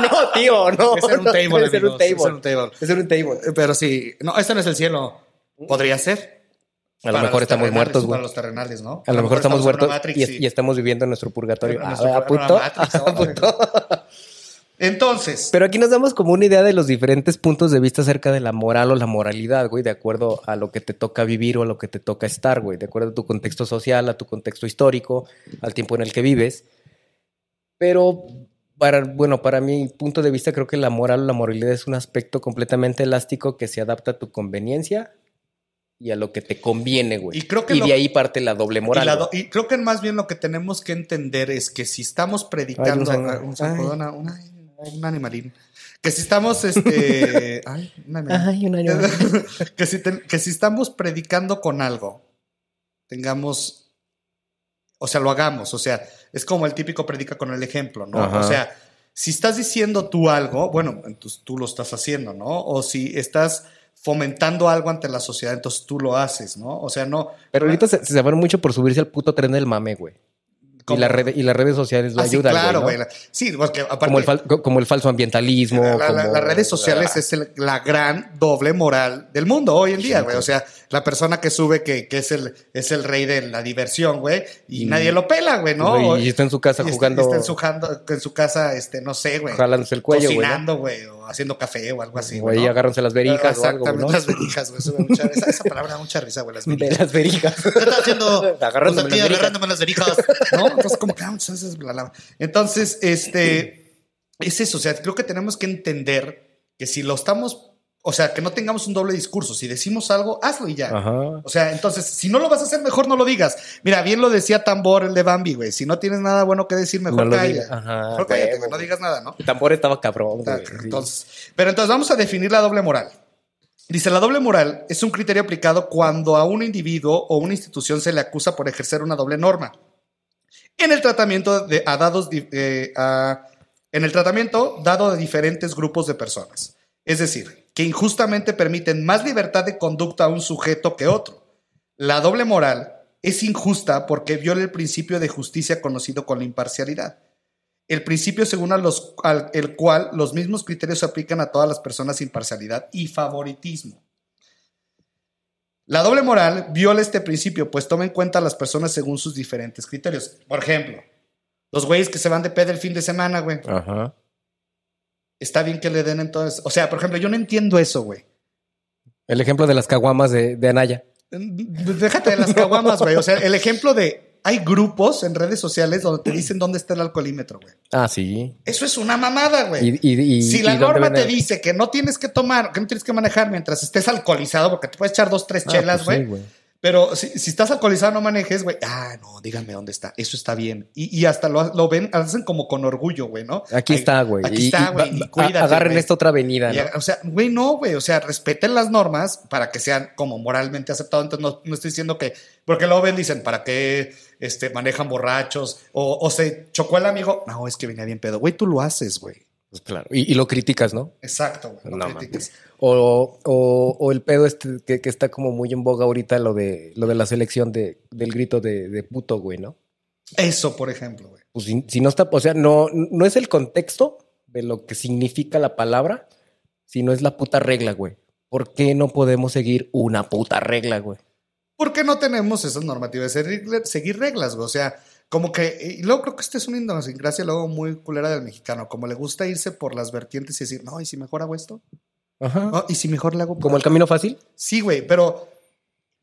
No, tío, no. Es en un no, table, debe ser un amigos, table. es en un table. Debe ser un table. Eh, Pero sí, no, este no es el cielo. Podría ser. A lo Para mejor los estamos terrenales, muertos, Para güey. los terrenales, ¿no? A lo mejor estamos en muertos una Matrix, y, sí. y estamos viviendo nuestro purgatorio. Pero Ah, nuestro ah, programa puto. Matrix, Ah, órale. puto. Entonces, Pero aquí nos damos como una idea de los diferentes puntos de vista acerca de la moral o la moralidad, güey, de acuerdo a lo que te toca vivir o a lo que te toca estar, güey, de acuerdo a tu contexto social, a tu contexto histórico, al tiempo en el que vives. Pero, para, bueno, para mi punto de vista, creo que la moral o la moralidad es un aspecto completamente elástico que se adapta a tu conveniencia y a lo que te conviene, güey. Y creo que y lo- de ahí parte la doble moral. y, la do- güey. y creo que más bien lo que tenemos que entender es que si estamos Ay, un predicando zancudo. Ah, un, zancudo, una- una- un animalín, que si estamos, este, ay, un animalín. Ay, un año. que, si te- que si estamos predicando con algo, tengamos, o sea, lo hagamos, o sea, es como el típico predica con el ejemplo, ¿no? Ajá. O sea, si estás diciendo tú algo, bueno, entonces tú lo estás haciendo, ¿no? O si estás fomentando algo ante la sociedad, entonces tú lo haces, ¿no? O sea, no... Pero ahorita se, se van mucho por subirse al puto tren del mame, güey. Y, como- la red- y las redes sociales lo Ah, sí, ayudan. claro, güey, güey. ¿no? la- Sí, porque aparte... como, el fal- co- como el falso ambientalismo. La- la- la- como- las redes sociales es el- la gran doble moral del mundo hoy en día, güey. O sea, la persona que sube que, que es, el, es el rey de la diversión, güey, y Y- nadie lo pela, güey, ¿no? Mm. Ah, Y está en su casa Y está- jugando, y está en su, jando- en su casa, este, no sé, güey. jalándose el cuello, güey. ¿no? cocinando, güey, o haciendo café o algo así, O ahí ¿no? agárranse las verijas o algo, Exactamente, ¿no? las verijas, güey. sube mucha- Esa, esa palabra da mucha risa, güey, las De verijas. las verijas. ¿Qué estás haciendo? Agarrándome Pues aquí, las verijas. agarrándome las verijas. ¿No? Entonces, como que, ah, pues, esa es la lava. Entonces, este, es eso. O sea, creo que tenemos que entender que si lo estamos, o sea, que no tengamos un doble discurso. Si decimos algo, hazlo y ya. Ajá. O sea, entonces, si no lo vas a hacer, mejor no lo digas. Mira, bien lo decía Tambor, el de Bambi, güey. Si no tienes nada bueno que decir, mejor No lo calla. digas. Ajá, Mejor cállate, huevo, güey, no güey. digas nada, ¿no? El tambor estaba cabrón, güey. Exacto. sí. Entonces, pero entonces vamos a definir la doble moral. Dice, la doble moral es un criterio aplicado cuando a un individuo o una institución se le acusa por ejercer una doble norma. En el tratamiento de, a dados di- eh, a- en el tratamiento dado a diferentes grupos de personas. Es decir, que injustamente permiten más libertad de conducta a un sujeto que otro. La doble moral es injusta porque viola el principio de justicia conocido con la imparcialidad el principio según a los, al- el cual los mismos criterios se aplican a todas las personas sin parcialidad y favoritismo. La doble moral viola este principio, pues toma en cuenta a las personas según sus diferentes criterios. Por ejemplo, los güeyes que se van de pedo el fin de semana, güey. Ajá. Está bien que le den entonces. O sea, por ejemplo, yo no entiendo eso, güey. El ejemplo de las caguamas de, de Anaya. Déjate de las caguamas, güey. O sea, el ejemplo de. Hay grupos en redes sociales donde te dicen dónde está el alcoholímetro, güey. Ah, sí. Eso es una mamada, güey. Y, y- y- si y la dónde norma ven te el- dice que no tienes que tomar, que no tienes que manejar mientras estés alcoholizado, porque te puedes echar dos, tres Ah, chelas, pues sí, güey, Pero si, si estás alcoholizado, no manejes, güey. Ah, no, díganme dónde está. Eso está bien. Y, y hasta lo, lo ven, hacen como con orgullo, güey, ¿no? Aquí Ay, está, güey. Aquí Y- está, y- güey. va- y a- cuídate, Agarren güey. esta otra avenida, Y, ¿no? O sea, güey, no, güey. O sea, respeten las normas para que sean como moralmente aceptadas. Entonces, no, no estoy diciendo que. Porque luego ven, dicen, ¿para qué este, manejan borrachos? O, o se chocó el amigo. No, es que venía bien pedo. Güey, tú lo haces, güey. Pues claro. Y, y lo criticas, ¿no? Exacto, güey. No, No, critiques. O, o- o el pedo este que, que está como muy en boga ahorita, lo de, lo de la selección de, del grito de, de puto, güey, ¿no? Eso, por ejemplo, güey. Pues si, si no está, o sea, no, no es el contexto de lo que significa la palabra, sino es la puta regla, güey. ¿Por qué no podemos seguir una puta regla, güey? ¿Por qué no tenemos esas normativas? de regle- Seguir reglas, güey. O sea, como que. eh, Y luego creo que esta es una idiosincrasia luego muy culera del mexicano. Como le gusta irse por las vertientes y decir, no, ¿y si mejor hago esto? Ajá. No, ¿Y si mejor le hago por Como el camino fácil. Sí, güey, pero.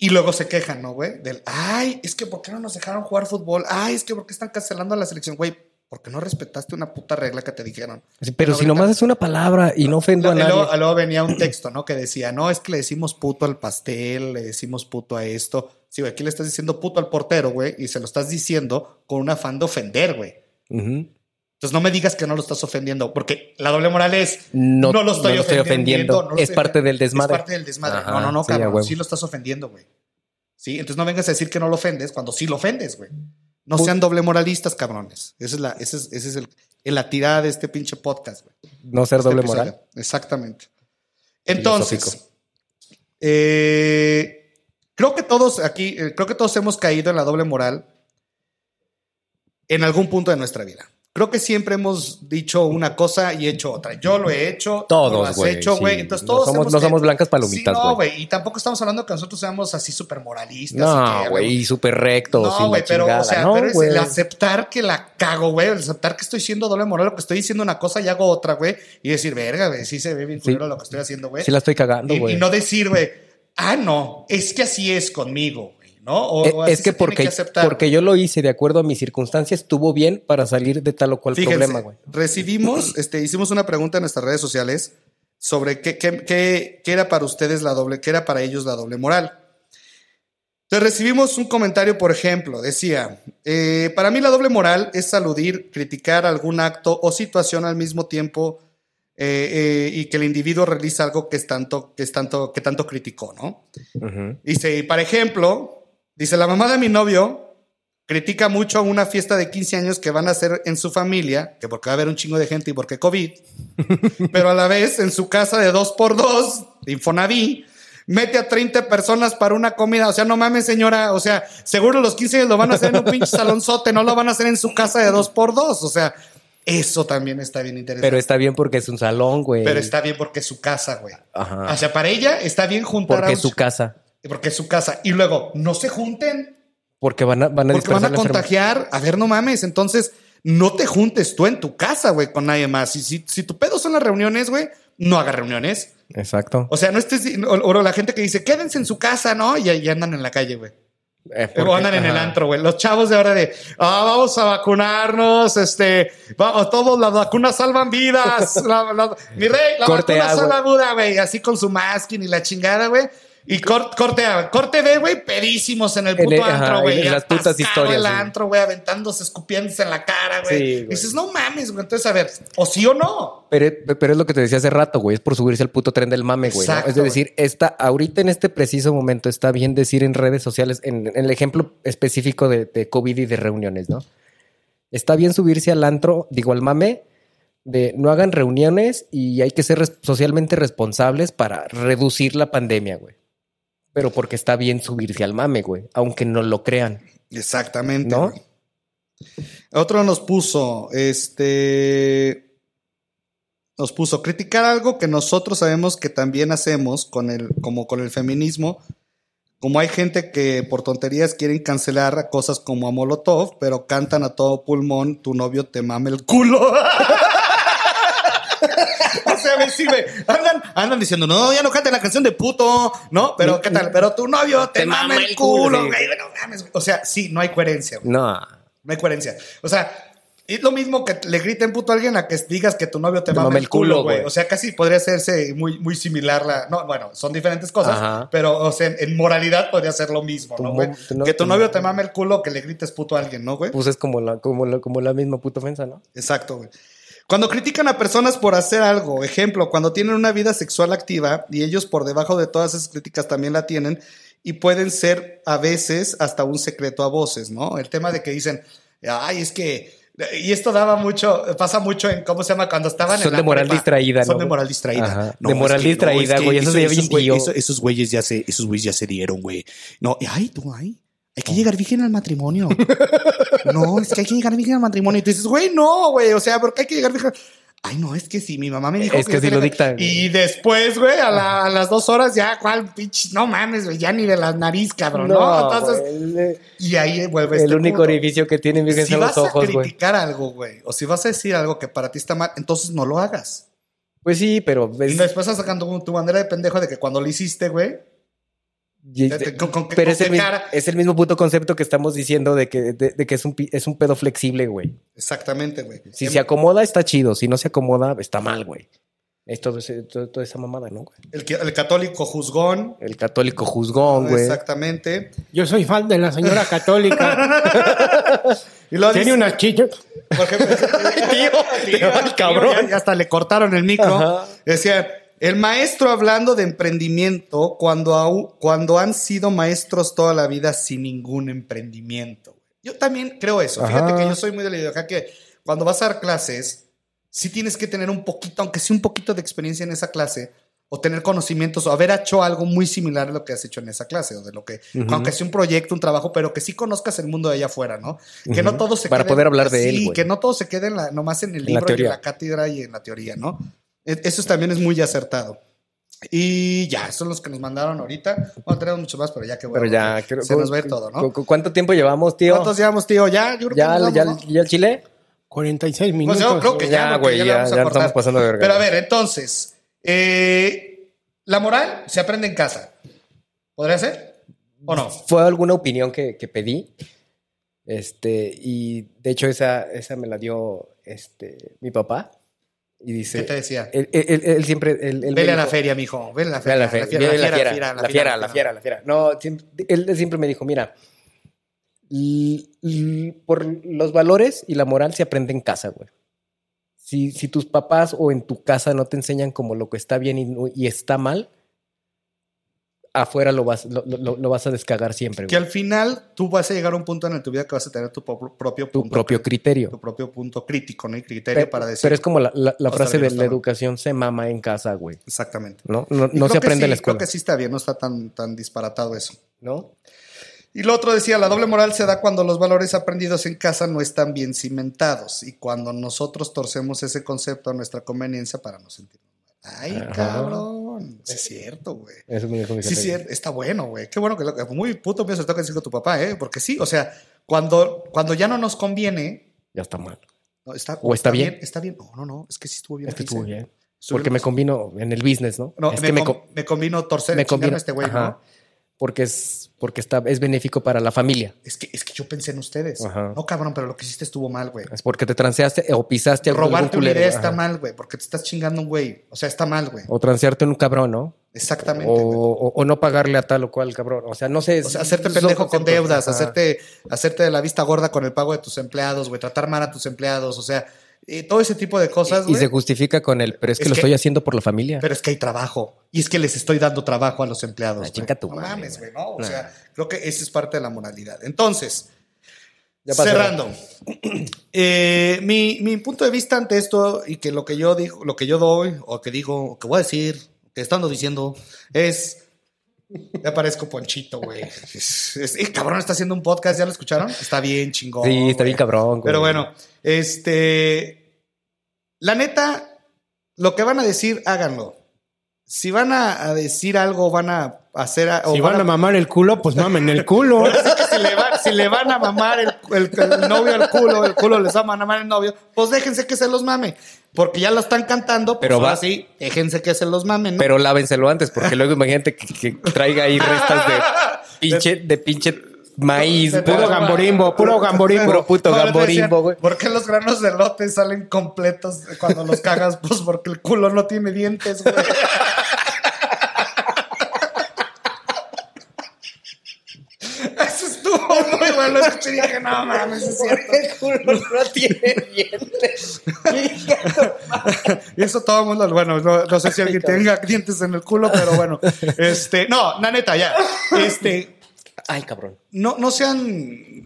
Y luego se quejan, ¿no, güey? Del, ay, es que ¿por qué no nos dejaron jugar fútbol? Ay, es que ¿por qué están cancelando a la selección? Güey, porque no respetaste una puta regla que te dijeron? Sí, pero No, si ahorita- nomás es una palabra y no Y ofendo a nadie. luego, luego venía un texto, ¿no? Que decía, no, es que le decimos puto al pastel, le decimos puto a esto. Sí, güey, aquí le estás diciendo puto al portero, güey, y se lo estás diciendo con un afán de ofender, güey. Ujú. Entonces no me digas que no lo estás ofendiendo, porque la doble moral es, No- lo estoy no lo estoy ofendiendo. ofendiendo, no lo es parte del desmadre. Es parte del desmadre. Ajá, no, no, no, sí, a cabrón. huevo. Sí lo estás ofendiendo, güey. Sí, entonces no vengas a decir que no lo ofendes cuando sí lo ofendes, güey. No Pu- sean doble moralistas, cabrones. Esa es la, ese es, ese es el, el- la tirada de este pinche podcast, güey. No ser Este doble episodio. moral. Exactamente. Entonces, Filosófico. eh, creo que todos aquí, eh, creo que todos hemos caído en la doble moral en algún punto de nuestra vida. Creo que siempre hemos dicho una cosa y hecho otra. Yo lo he hecho. tú Todos, lo has güey, hecho, güey. sí. Entonces No todos somos- hemos no que- somos blancas palomitas, Sí, no, güey. güey. Y tampoco estamos hablando que nosotros seamos así súper moralistas. y No, que- güey, súper recto, No, sin güey, la pero, chingada. o sea, no, pero es güey. el aceptar que la cago, güey. El aceptar que estoy siendo doble moral, o que estoy diciendo una cosa y hago otra, güey. Y decir, verga, güey, sí se ve bien culero lo que estoy haciendo, güey. Sí la estoy cagando, Y- y, güey. no decir, güey, ah, no, es que así es conmigo, güey, ¿no? O, Eh, o así es se que tiene porque, aceptar. porque yo lo hice de acuerdo a mis circunstancias, estuvo bien para salir de tal o cual Fíjense, problema, güey. recibimos, este, hicimos una pregunta en nuestras redes sociales sobre qué, qué, qué- qué era para ustedes la doble, qué era para ellos la doble moral. Entonces recibimos un comentario, por ejemplo, decía, eh, para mí la doble moral es aludir, criticar algún acto o situación al mismo tiempo eh, eh, y que el individuo realiza algo que es tanto, que es tanto, que tanto criticó, ¿no? Dice, y por ejemplo, dice, la mamá de mi novio critica mucho una fiesta de 15 años que van a hacer en su familia, que porque va a haber un chingo de gente y porque COVID, pero a la vez en su casa de dos por dos, de Infonaví, mete a 30 personas para una comida. O sea, no mames, señora. O sea, seguro los 15 años lo van a hacer en un pinche salonzote, no lo van a hacer en su casa de dos por dos. O sea, eso también está bien interesante. Pero Pero, está bien porque es un salón, güey. está bien porque es su casa, güey. Ajá. O sea, para ella está bien juntar a Porque un es su casa. porque es su casa. Y luego, no se junten Porque van a, van a porque van dispersar a la enfermedad. contagiar. A ver, no mames. Entonces, no te juntes tú en tu casa, güey, con nadie más. Y si, si tu pedo son las reuniones, güey, no hagas reuniones. Exacto. O sea, no estés. O, o la gente que dice, quédense en su casa, ¿no? Y, y andan en la calle, güey. Eh, O porque- andan en el ajá. antro, güey. Los chavos de ahora de, ah, vamos a vacunarnos, este, vamos, todos las vacunas salvan vidas. La- la- mi rey, la Corte vacuna A, güey. salva vida, güey. Así con su masking y la chingada, güey. Y cor- corte A, corte B, güey, pedísimos en el En puto el- ajá, antro, güey. en las putas atascado historias, el güey. antro, güey, aventándose, escupiéndose en la cara, güey. Sí, güey. dices, no mames, güey. Entonces, a ver, o sí o no. Pero, pero es lo que te decía hace rato, güey. Es por subirse al puto tren del mame, güey. ¿no? Exacto, Es de decir, está, ahorita en este preciso momento está bien decir en redes sociales, en, en el ejemplo específico de, de COVID y de reuniones, ¿no? Está bien subirse al antro, digo, al mame, de no hagan reuniones y hay que ser res- socialmente responsables para reducir la pandemia, güey. Pero porque está bien subirse al mame, güey. Aunque no lo crean, Exactamente. ¿no? Otro nos puso, este, nos puso criticar algo que nosotros sabemos que también hacemos con el, como con el feminismo, como hay gente que por tonterías quieren cancelar cosas como a Molotov, pero cantan a todo pulmón, tu novio te mame el culo. o sea, ve, sí, ve, andan, andan diciendo, no, ya no canten la canción de puto, ¿no? Pero, ¿qué tal? Pero tu novio te, mame el culo, sí. güey, no mames, güey. O sea, sí, no hay coherencia, güey. No. No hay coherencia. O sea, Es lo mismo que le griten puto a alguien a que digas que tu novio te, Te mame mame el el culo, culo, güey. güey. O sea, casi podría hacerse muy, muy similar la. No, bueno, son diferentes cosas, Ajá. pero o sea, en, en moralidad podría ser lo mismo, Tu ¿no, mo- güey? tu no- que tu tu- novio te mame el culo, que le grites puto a alguien, ¿no, güey? Pues es como la, como la, como la misma puta ofensa, ¿no? Exacto, güey. Cuando critican a personas por hacer algo, ejemplo, cuando tienen una vida sexual activa y ellos por debajo de todas esas críticas también la tienen y pueden ser a veces hasta un secreto a voces, ¿no? El tema de que dicen, ay, es que... Y esto daba mucho, pasa mucho en, ¿cómo se llama? Cuando estaban en Son la de moral prepa. distraída, Son ¿no, de güey? moral distraída. Ajá. De moral es que distraída, es que güey, eso esos- ya bien esos güey- tío. eso- Esos güeyes ya se, esos güeyes ya se dieron, güey. No, y, ay, tú, ay. Hay Oh. que llegar virgen al matrimonio. No, es que hay que llegar virgen al matrimonio. Y tú dices, güey, no, güey. O sea, porque hay que llegar virgen. Ay, no, es que sí, mi mamá me dijo. Es que yo sí tenía lo dicta, güey. Ah. Y después, güey, a, la- a las dos horas ya, cuál pinche, no mames, güey, ya ni de las nariz, cabrón, ¿no? Entonces, güey, y ahí vuelve el, este único punto. orificio que tiene virgen Si son vas los a ojos, güey. criticar algo, güey, o si vas a decir algo que para ti está mal, entonces no lo hagas. Pues sí, pero Y es- después estás sacando un- tu bandera de pendejo de que cuando lo hiciste, güey. y- te- con- con- con pero es, qué el, mis- cara. es el mismo puto concepto que estamos diciendo de que, de, de que es, un, pi- es un pedo flexible, güey. Exactamente, güey. Si Em- se acomoda, está chido. Si no se acomoda, está mal, güey. Es todo ese- todo- toda esa mamada, ¿no, güey? el, que- el católico juzgón. El católico juzgón, güey. Exactamente. Yo soy fan de la señora católica. Y luego Tiene dice- unas chichas. por ejemplo, Tío, el cabrón. ya- ya hasta le cortaron el micro. Ajá. Decía, el maestro hablando de emprendimiento cuando, au- cuando han sido maestros toda la vida sin ningún emprendimiento. Yo también creo eso. Fíjate Ajá. que yo soy muy de la idea que cuando vas a dar clases, sí tienes que tener un poquito, aunque sea un poquito de experiencia en esa clase, o tener conocimientos, o haber hecho algo muy similar a lo que has hecho en esa clase, o de lo que, Ujú. aunque sea un proyecto, un trabajo, pero que sí conozcas el mundo de allá afuera, ¿no? Que no Ujú. todo se Para quede- poder hablar de él, Sí, güey. que no todo se quede en la- nomás en el En la libro y en teoría. la cátedra y en la teoría, ¿no? E- Eso es- también es muy acertado. Y ya, son los que nos mandaron ahorita. Bueno, tenemos mucho más, pero ya que bueno. Pero ya, creo Se nos va a ir todo, ¿no? ¿cu- cu- ¿Cuánto tiempo llevamos, tío? ¿Cuántos llevamos, tío? Ya, yo creo ¿Ya, que nos ya, vamos, ¿no? ¿Ya el Chile? 46 Pues minutos. yo creo que ya, Ya, porque güey, le ya- vamos a ya estamos cortar. pasando de verga. Pero a ver, entonces, eh, la moral se aprende en casa. ¿Podría ser? ¿O no? Fue alguna opinión que, que pedí. Este, y de hecho, esa, esa me la dio este, mi papá. Y ¿Qué dice. te decía? Él, él- él- él siempre. Él, él me Vele a la dijo- feria, mijo. Vele a la Ve a feria. la fe- ve a la fiera, la fiera, la fiera, la fiera. No, siempre- él él siempre me dijo, mira, l- l- por los valores y la moral se aprende en casa, güey. Si, si tus papás o en tu casa no te enseñan como lo que está bien y, no- y está mal, afuera lo vas, lo, lo- lo vas a descagar siempre, Que güey. al final tú vas a llegar a un punto en el tu vida que vas a tener tu pro- propio Tu punto, propio criterio. tu propio punto crítico, ¿no? Y criterio Pero, para decir. pero es como la, la- la "Oh, está frase bien, de está la mal". educación se mama en casa, güey. Exactamente. No, no, Y no creo se que aprende en la sí, Creo escuela, que sí está bien, no está tan, tan disparatado eso. ¿no? Y lo otro decía, la doble moral se da cuando los valores aprendidos en casa no están bien cimentados y cuando nosotros torcemos ese concepto a nuestra conveniencia para no sentirnos mal. Ay, Ajá. cabrón. Sí es cierto, güey. Eso me dijo mi Sí, jefe. sí, está bueno, güey. Qué bueno que lo- muy puto bien se lo toca decir con tu papá, ¿eh? Porque sí, o sea, cuando, cuando ya no nos conviene, Ya está mal. no, está, O está bien. Está bien. No, no, no, es que sí estuvo bien. Es que lo estuvo hice. bien. Estuvo Porque bien. me combino en el business, ¿no? No, es me, que me, con- co- me combino torcer, me me combino. este güey, Ajá. ¿no? Porque es, porque está, es benéfico para la familia. Es que, es que yo pensé en ustedes. Ajá. No, cabrón, pero lo que hiciste estuvo mal, güey. Es porque te transeaste o pisaste algún Robarte una culero, idea ajá. está mal, güey, porque te estás chingando un güey. O sea, está mal, güey. O transearte un cabrón, ¿no? Exactamente. O, güey. o- o no pagarle a tal o cual cabrón. O sea, no sé. O es- sea, hacerte son pendejo con conceptos, deudas, ajá. hacerte, hacerte de la vista gorda con el pago de tus empleados, güey, tratar mal a tus empleados, o sea, eh, todo ese tipo de cosas, Y güey. se justifica con el, pero es que Es lo que- estoy haciendo por la familia. Pero es que hay trabajo. Y es que les estoy dando trabajo a los empleados. Ah, güey. chinga tu no madre, mames, güey, güey. ¿no? O Nah. sea, creo que esa es parte de la moralidad. Entonces, Ya pasó. cerrando. Eh, mi, mi punto de vista ante esto y que lo que yo digo, lo que yo doy, o que digo, o que voy a decir, que estando diciendo, es. Ya parezco Ponchito, güey. Es- es- eh, cabrón, está haciendo un podcast, ¿ya lo escucharon? Está bien chingón. Sí, está güey. bien cabrón. güey. Pero bueno, este. La neta, lo que van a decir, háganlo. Si van a, a decir algo, van a hacer. a- o Si van a mamar el culo, pues mamen el culo. si, le va- si le van a mamar el, el- el novio al culo, el culo les va a mamar el novio, pues déjense que se los mame. Porque ya lo están cantando, pues Pero ahora va- sí, déjense que se los mamen. ¿no? Pero lávenselo antes, porque luego imagínate que, que traiga ahí restas de pinche, de pinche maíz, Se te puro va- gamborimbo, puro gamborimbo. Puro puto Ahora te gamborimbo, decían, güey. ¿Por qué los granos de lote salen completos cuando los cagas? Pues porque el culo no tiene dientes, güey. Eso estuvo muy bueno. Yo dije, no mames, es cierto. El culo no tiene dientes. Y eso todo el mundo, bueno, no, no sé si alguien tenga dientes en el culo, pero bueno. Este, no, la neta, ya. Este, Ay, cabrón. no, no sean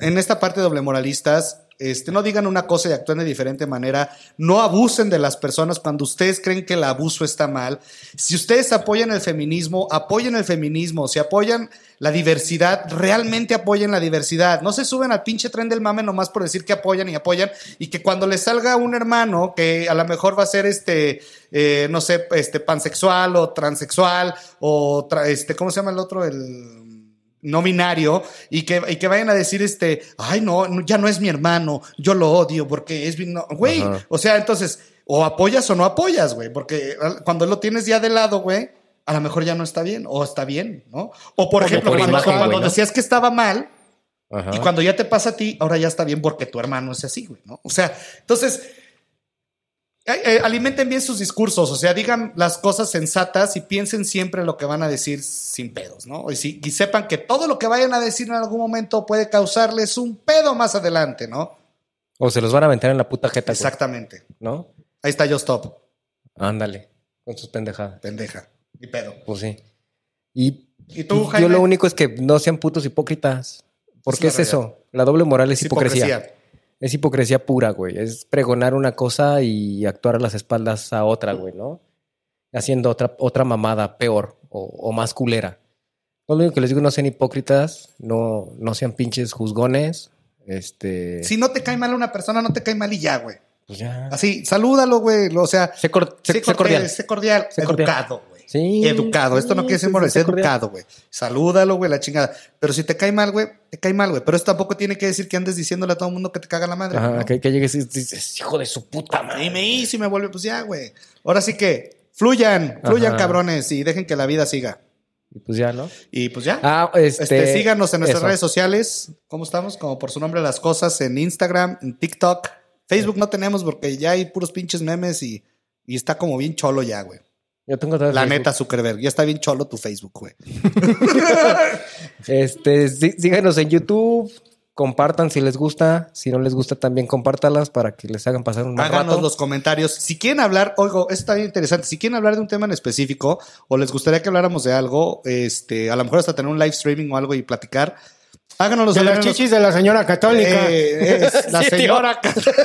en esta parte doble moralistas. Este, no digan una cosa y actúen de diferente manera. No abusen de las personas cuando ustedes creen que el abuso está mal. Si ustedes apoyan el feminismo, apoyen el feminismo. Si apoyan la diversidad, realmente apoyen la diversidad. No se suben al pinche tren del mame nomás por decir que apoyan y apoyan. Y que cuando les salga un hermano que a lo mejor va a ser este, eh, no sé, este pansexual o transexual o tra- este, ¿cómo se llama el otro? El no binario y que, y que vayan a decir este, ay no, no, ya no es mi hermano, yo lo odio porque es bin-". No, güey, Ajá. o sea, entonces, o apoyas o no apoyas, güey, porque al- cuando lo tienes ya de lado, güey, a lo mejor ya no está bien, o está bien, ¿no? O por O ejemplo, mejor cuando, imagen, cuando güey, ¿no? decías que estaba mal, Ajá. y cuando ya te pasa a ti, ahora ya está bien porque tu hermano es así, güey, ¿no? O sea, entonces, eh, eh, alimenten bien sus discursos, o sea, digan las cosas sensatas y piensen siempre lo que van a decir sin pedos, ¿no? Y, si- y sepan que todo lo que vayan a decir en algún momento puede causarles un pedo más adelante, ¿no? O se los van a aventar en la puta jeta, güey, Exactamente. ¿no? Ahí está yo stop, Ándale, con sus pendejadas. pendeja, y pedo. Pues sí. Y ¿Y tú, yo Jaime? lo único es que no sean putos hipócritas. ¿Por Es qué la es eso? La doble moral es Es hipocresía. Es hipocresía pura, güey. Es pregonar una cosa y actuar a las espaldas a otra, güey, ¿no? Haciendo otra, otra mamada peor o, o más culera. Lo único que les digo, no sean hipócritas, no, no sean pinches juzgones. Este. Si no te cae mal una persona, no te cae mal y ya, güey. Pues ya. Así, salúdalo, güey. O sea, Sé, cor- sé- Sé, sé cordial. cordial. Sé cordial. Sé cordial. educado, güey. Sí. Educado. Esto no Sí, quiere sí, decir moral, sí, es sé cordial. educado, güey. Salúdalo, güey, la chingada. Pero si te cae mal, güey, te cae mal, güey. Pero eso tampoco tiene que decir que andes diciéndole a todo el mundo que te caga la madre. Ajá, ¿no? que, que llegues y dices, hijo de su puta Y me madre. hice y me vuelve, pues ya, güey. Ahora sí que fluyan, fluyan, Ajá. cabrones, y dejen que la vida siga. Y pues ya, ¿no? Y pues ya. Ah, este. Este, síganos en nuestras eso. redes sociales. ¿Cómo estamos? Como por su nombre las cosas en Instagram, en TikTok. Facebook no tenemos porque ya hay puros pinches memes y, y está como bien cholo ya, güey. Yo tengo todo el La Facebook. neta, Zuckerberg. Ya está bien cholo tu Facebook, güey. Este, sí- síganos en YouTube. Compartan si les gusta. Si no les gusta, también compártalas para que les hagan pasar un mal Háganos rato. los comentarios. Si quieren hablar, oigo, esto está bien interesante. Si quieren hablar de un tema en específico o les gustaría que habláramos de algo, este, a lo mejor hasta tener un live streaming o algo y platicar, háganos De las chichis de la señora católica. Eh, la Sí, tío. señora católica.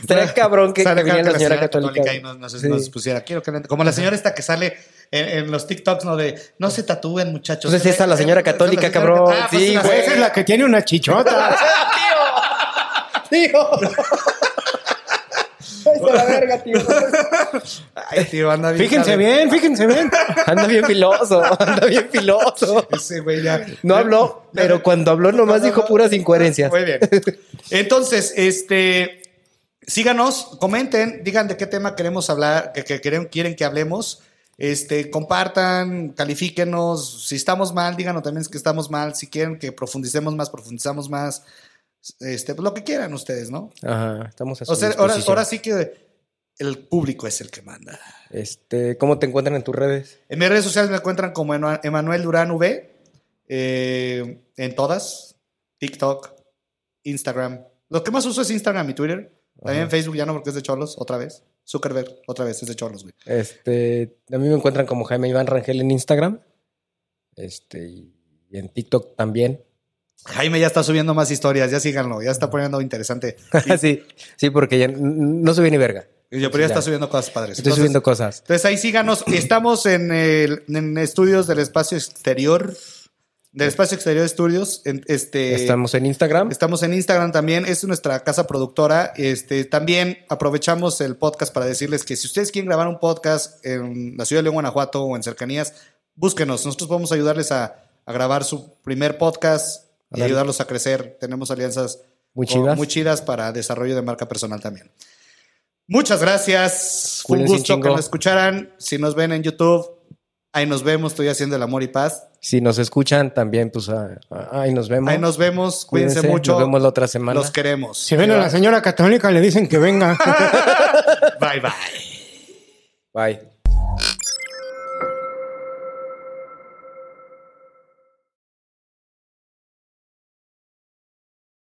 Estaría cabrón que, que Sale viniera acá la señora católica. y nos, nos- Sí. nos pusiera. Quiero que como la señora esta que sale en, en los TikToks, ¿no? De no se tatúen, muchachos. Entonces, esa Pues es la señora Esa es la católica, señora- cabrón. Ah, pues Sí, la- güey. Esa es la que tiene una chichota. Ay, tío, anda bien. Fíjense cabrón. bien, fíjense bien. Anda bien filoso, anda bien filoso. Ese güey ya. No habló, Ya- pero cuando habló nomás dijo puras incoherencias. Muy bien. Entonces, este, síganos, comenten, digan de qué tema queremos hablar, que, que quieren, quieren que hablemos. Este, compartan, califíquenos. Si estamos mal, díganos también que estamos mal. Si quieren que profundicemos más, profundizamos más. Este, pues, lo que quieran ustedes, ¿no? Ajá, estamos a su O sea, ahora, disposición. ahora sí que el público es el que manda. Este, ¿cómo te encuentran en tus redes? En mis redes sociales me encuentran como Ema- Emanuel Durán V, eh, en todas, TikTok, Instagram. Lo que más uso es Instagram y Twitter. También Ajá. Facebook ya no porque es de cholos, otra vez. Zuckerberg, otra vez, es de cholos, güey. Este, a mí me encuentran como Jaime Iván Rangel en Instagram. Este, y y en TikTok también. Jaime ya está subiendo más historias, ya síganlo, ya está poniendo interesante. sí, sí, porque ya n- n- no subí ni verga. Y yo, pero ya Ya. está subiendo cosas padres. Estoy Entonces, subiendo cosas. entonces ahí síganos. Estamos en, el- en estudios del espacio exterior, del espacio exterior estudios. En, este, Estamos en Instagram. Estamos en Instagram también, es nuestra casa productora. Este, también aprovechamos el podcast para decirles que si ustedes quieren grabar un podcast en la ciudad de León, Guanajuato o en cercanías, búsquenos. Nosotros podemos ayudarles a, a grabar su primer podcast y Ándale. ayudarlos a crecer. Tenemos alianzas Muy con- chidas. muy chidas para desarrollo de marca personal también. Muchas gracias. Fue un Cuídense un gusto que chingo. nos escucharan. Si nos ven en YouTube, ahí nos vemos. Estoy haciendo el amor y paz. Si nos escuchan también, pues ah, ah, ahí nos vemos. Ahí nos vemos, cuídense, mucho. Nos vemos la otra semana. Los queremos. Si ven a la señora católica, le dicen que venga. Bye bye. Bye.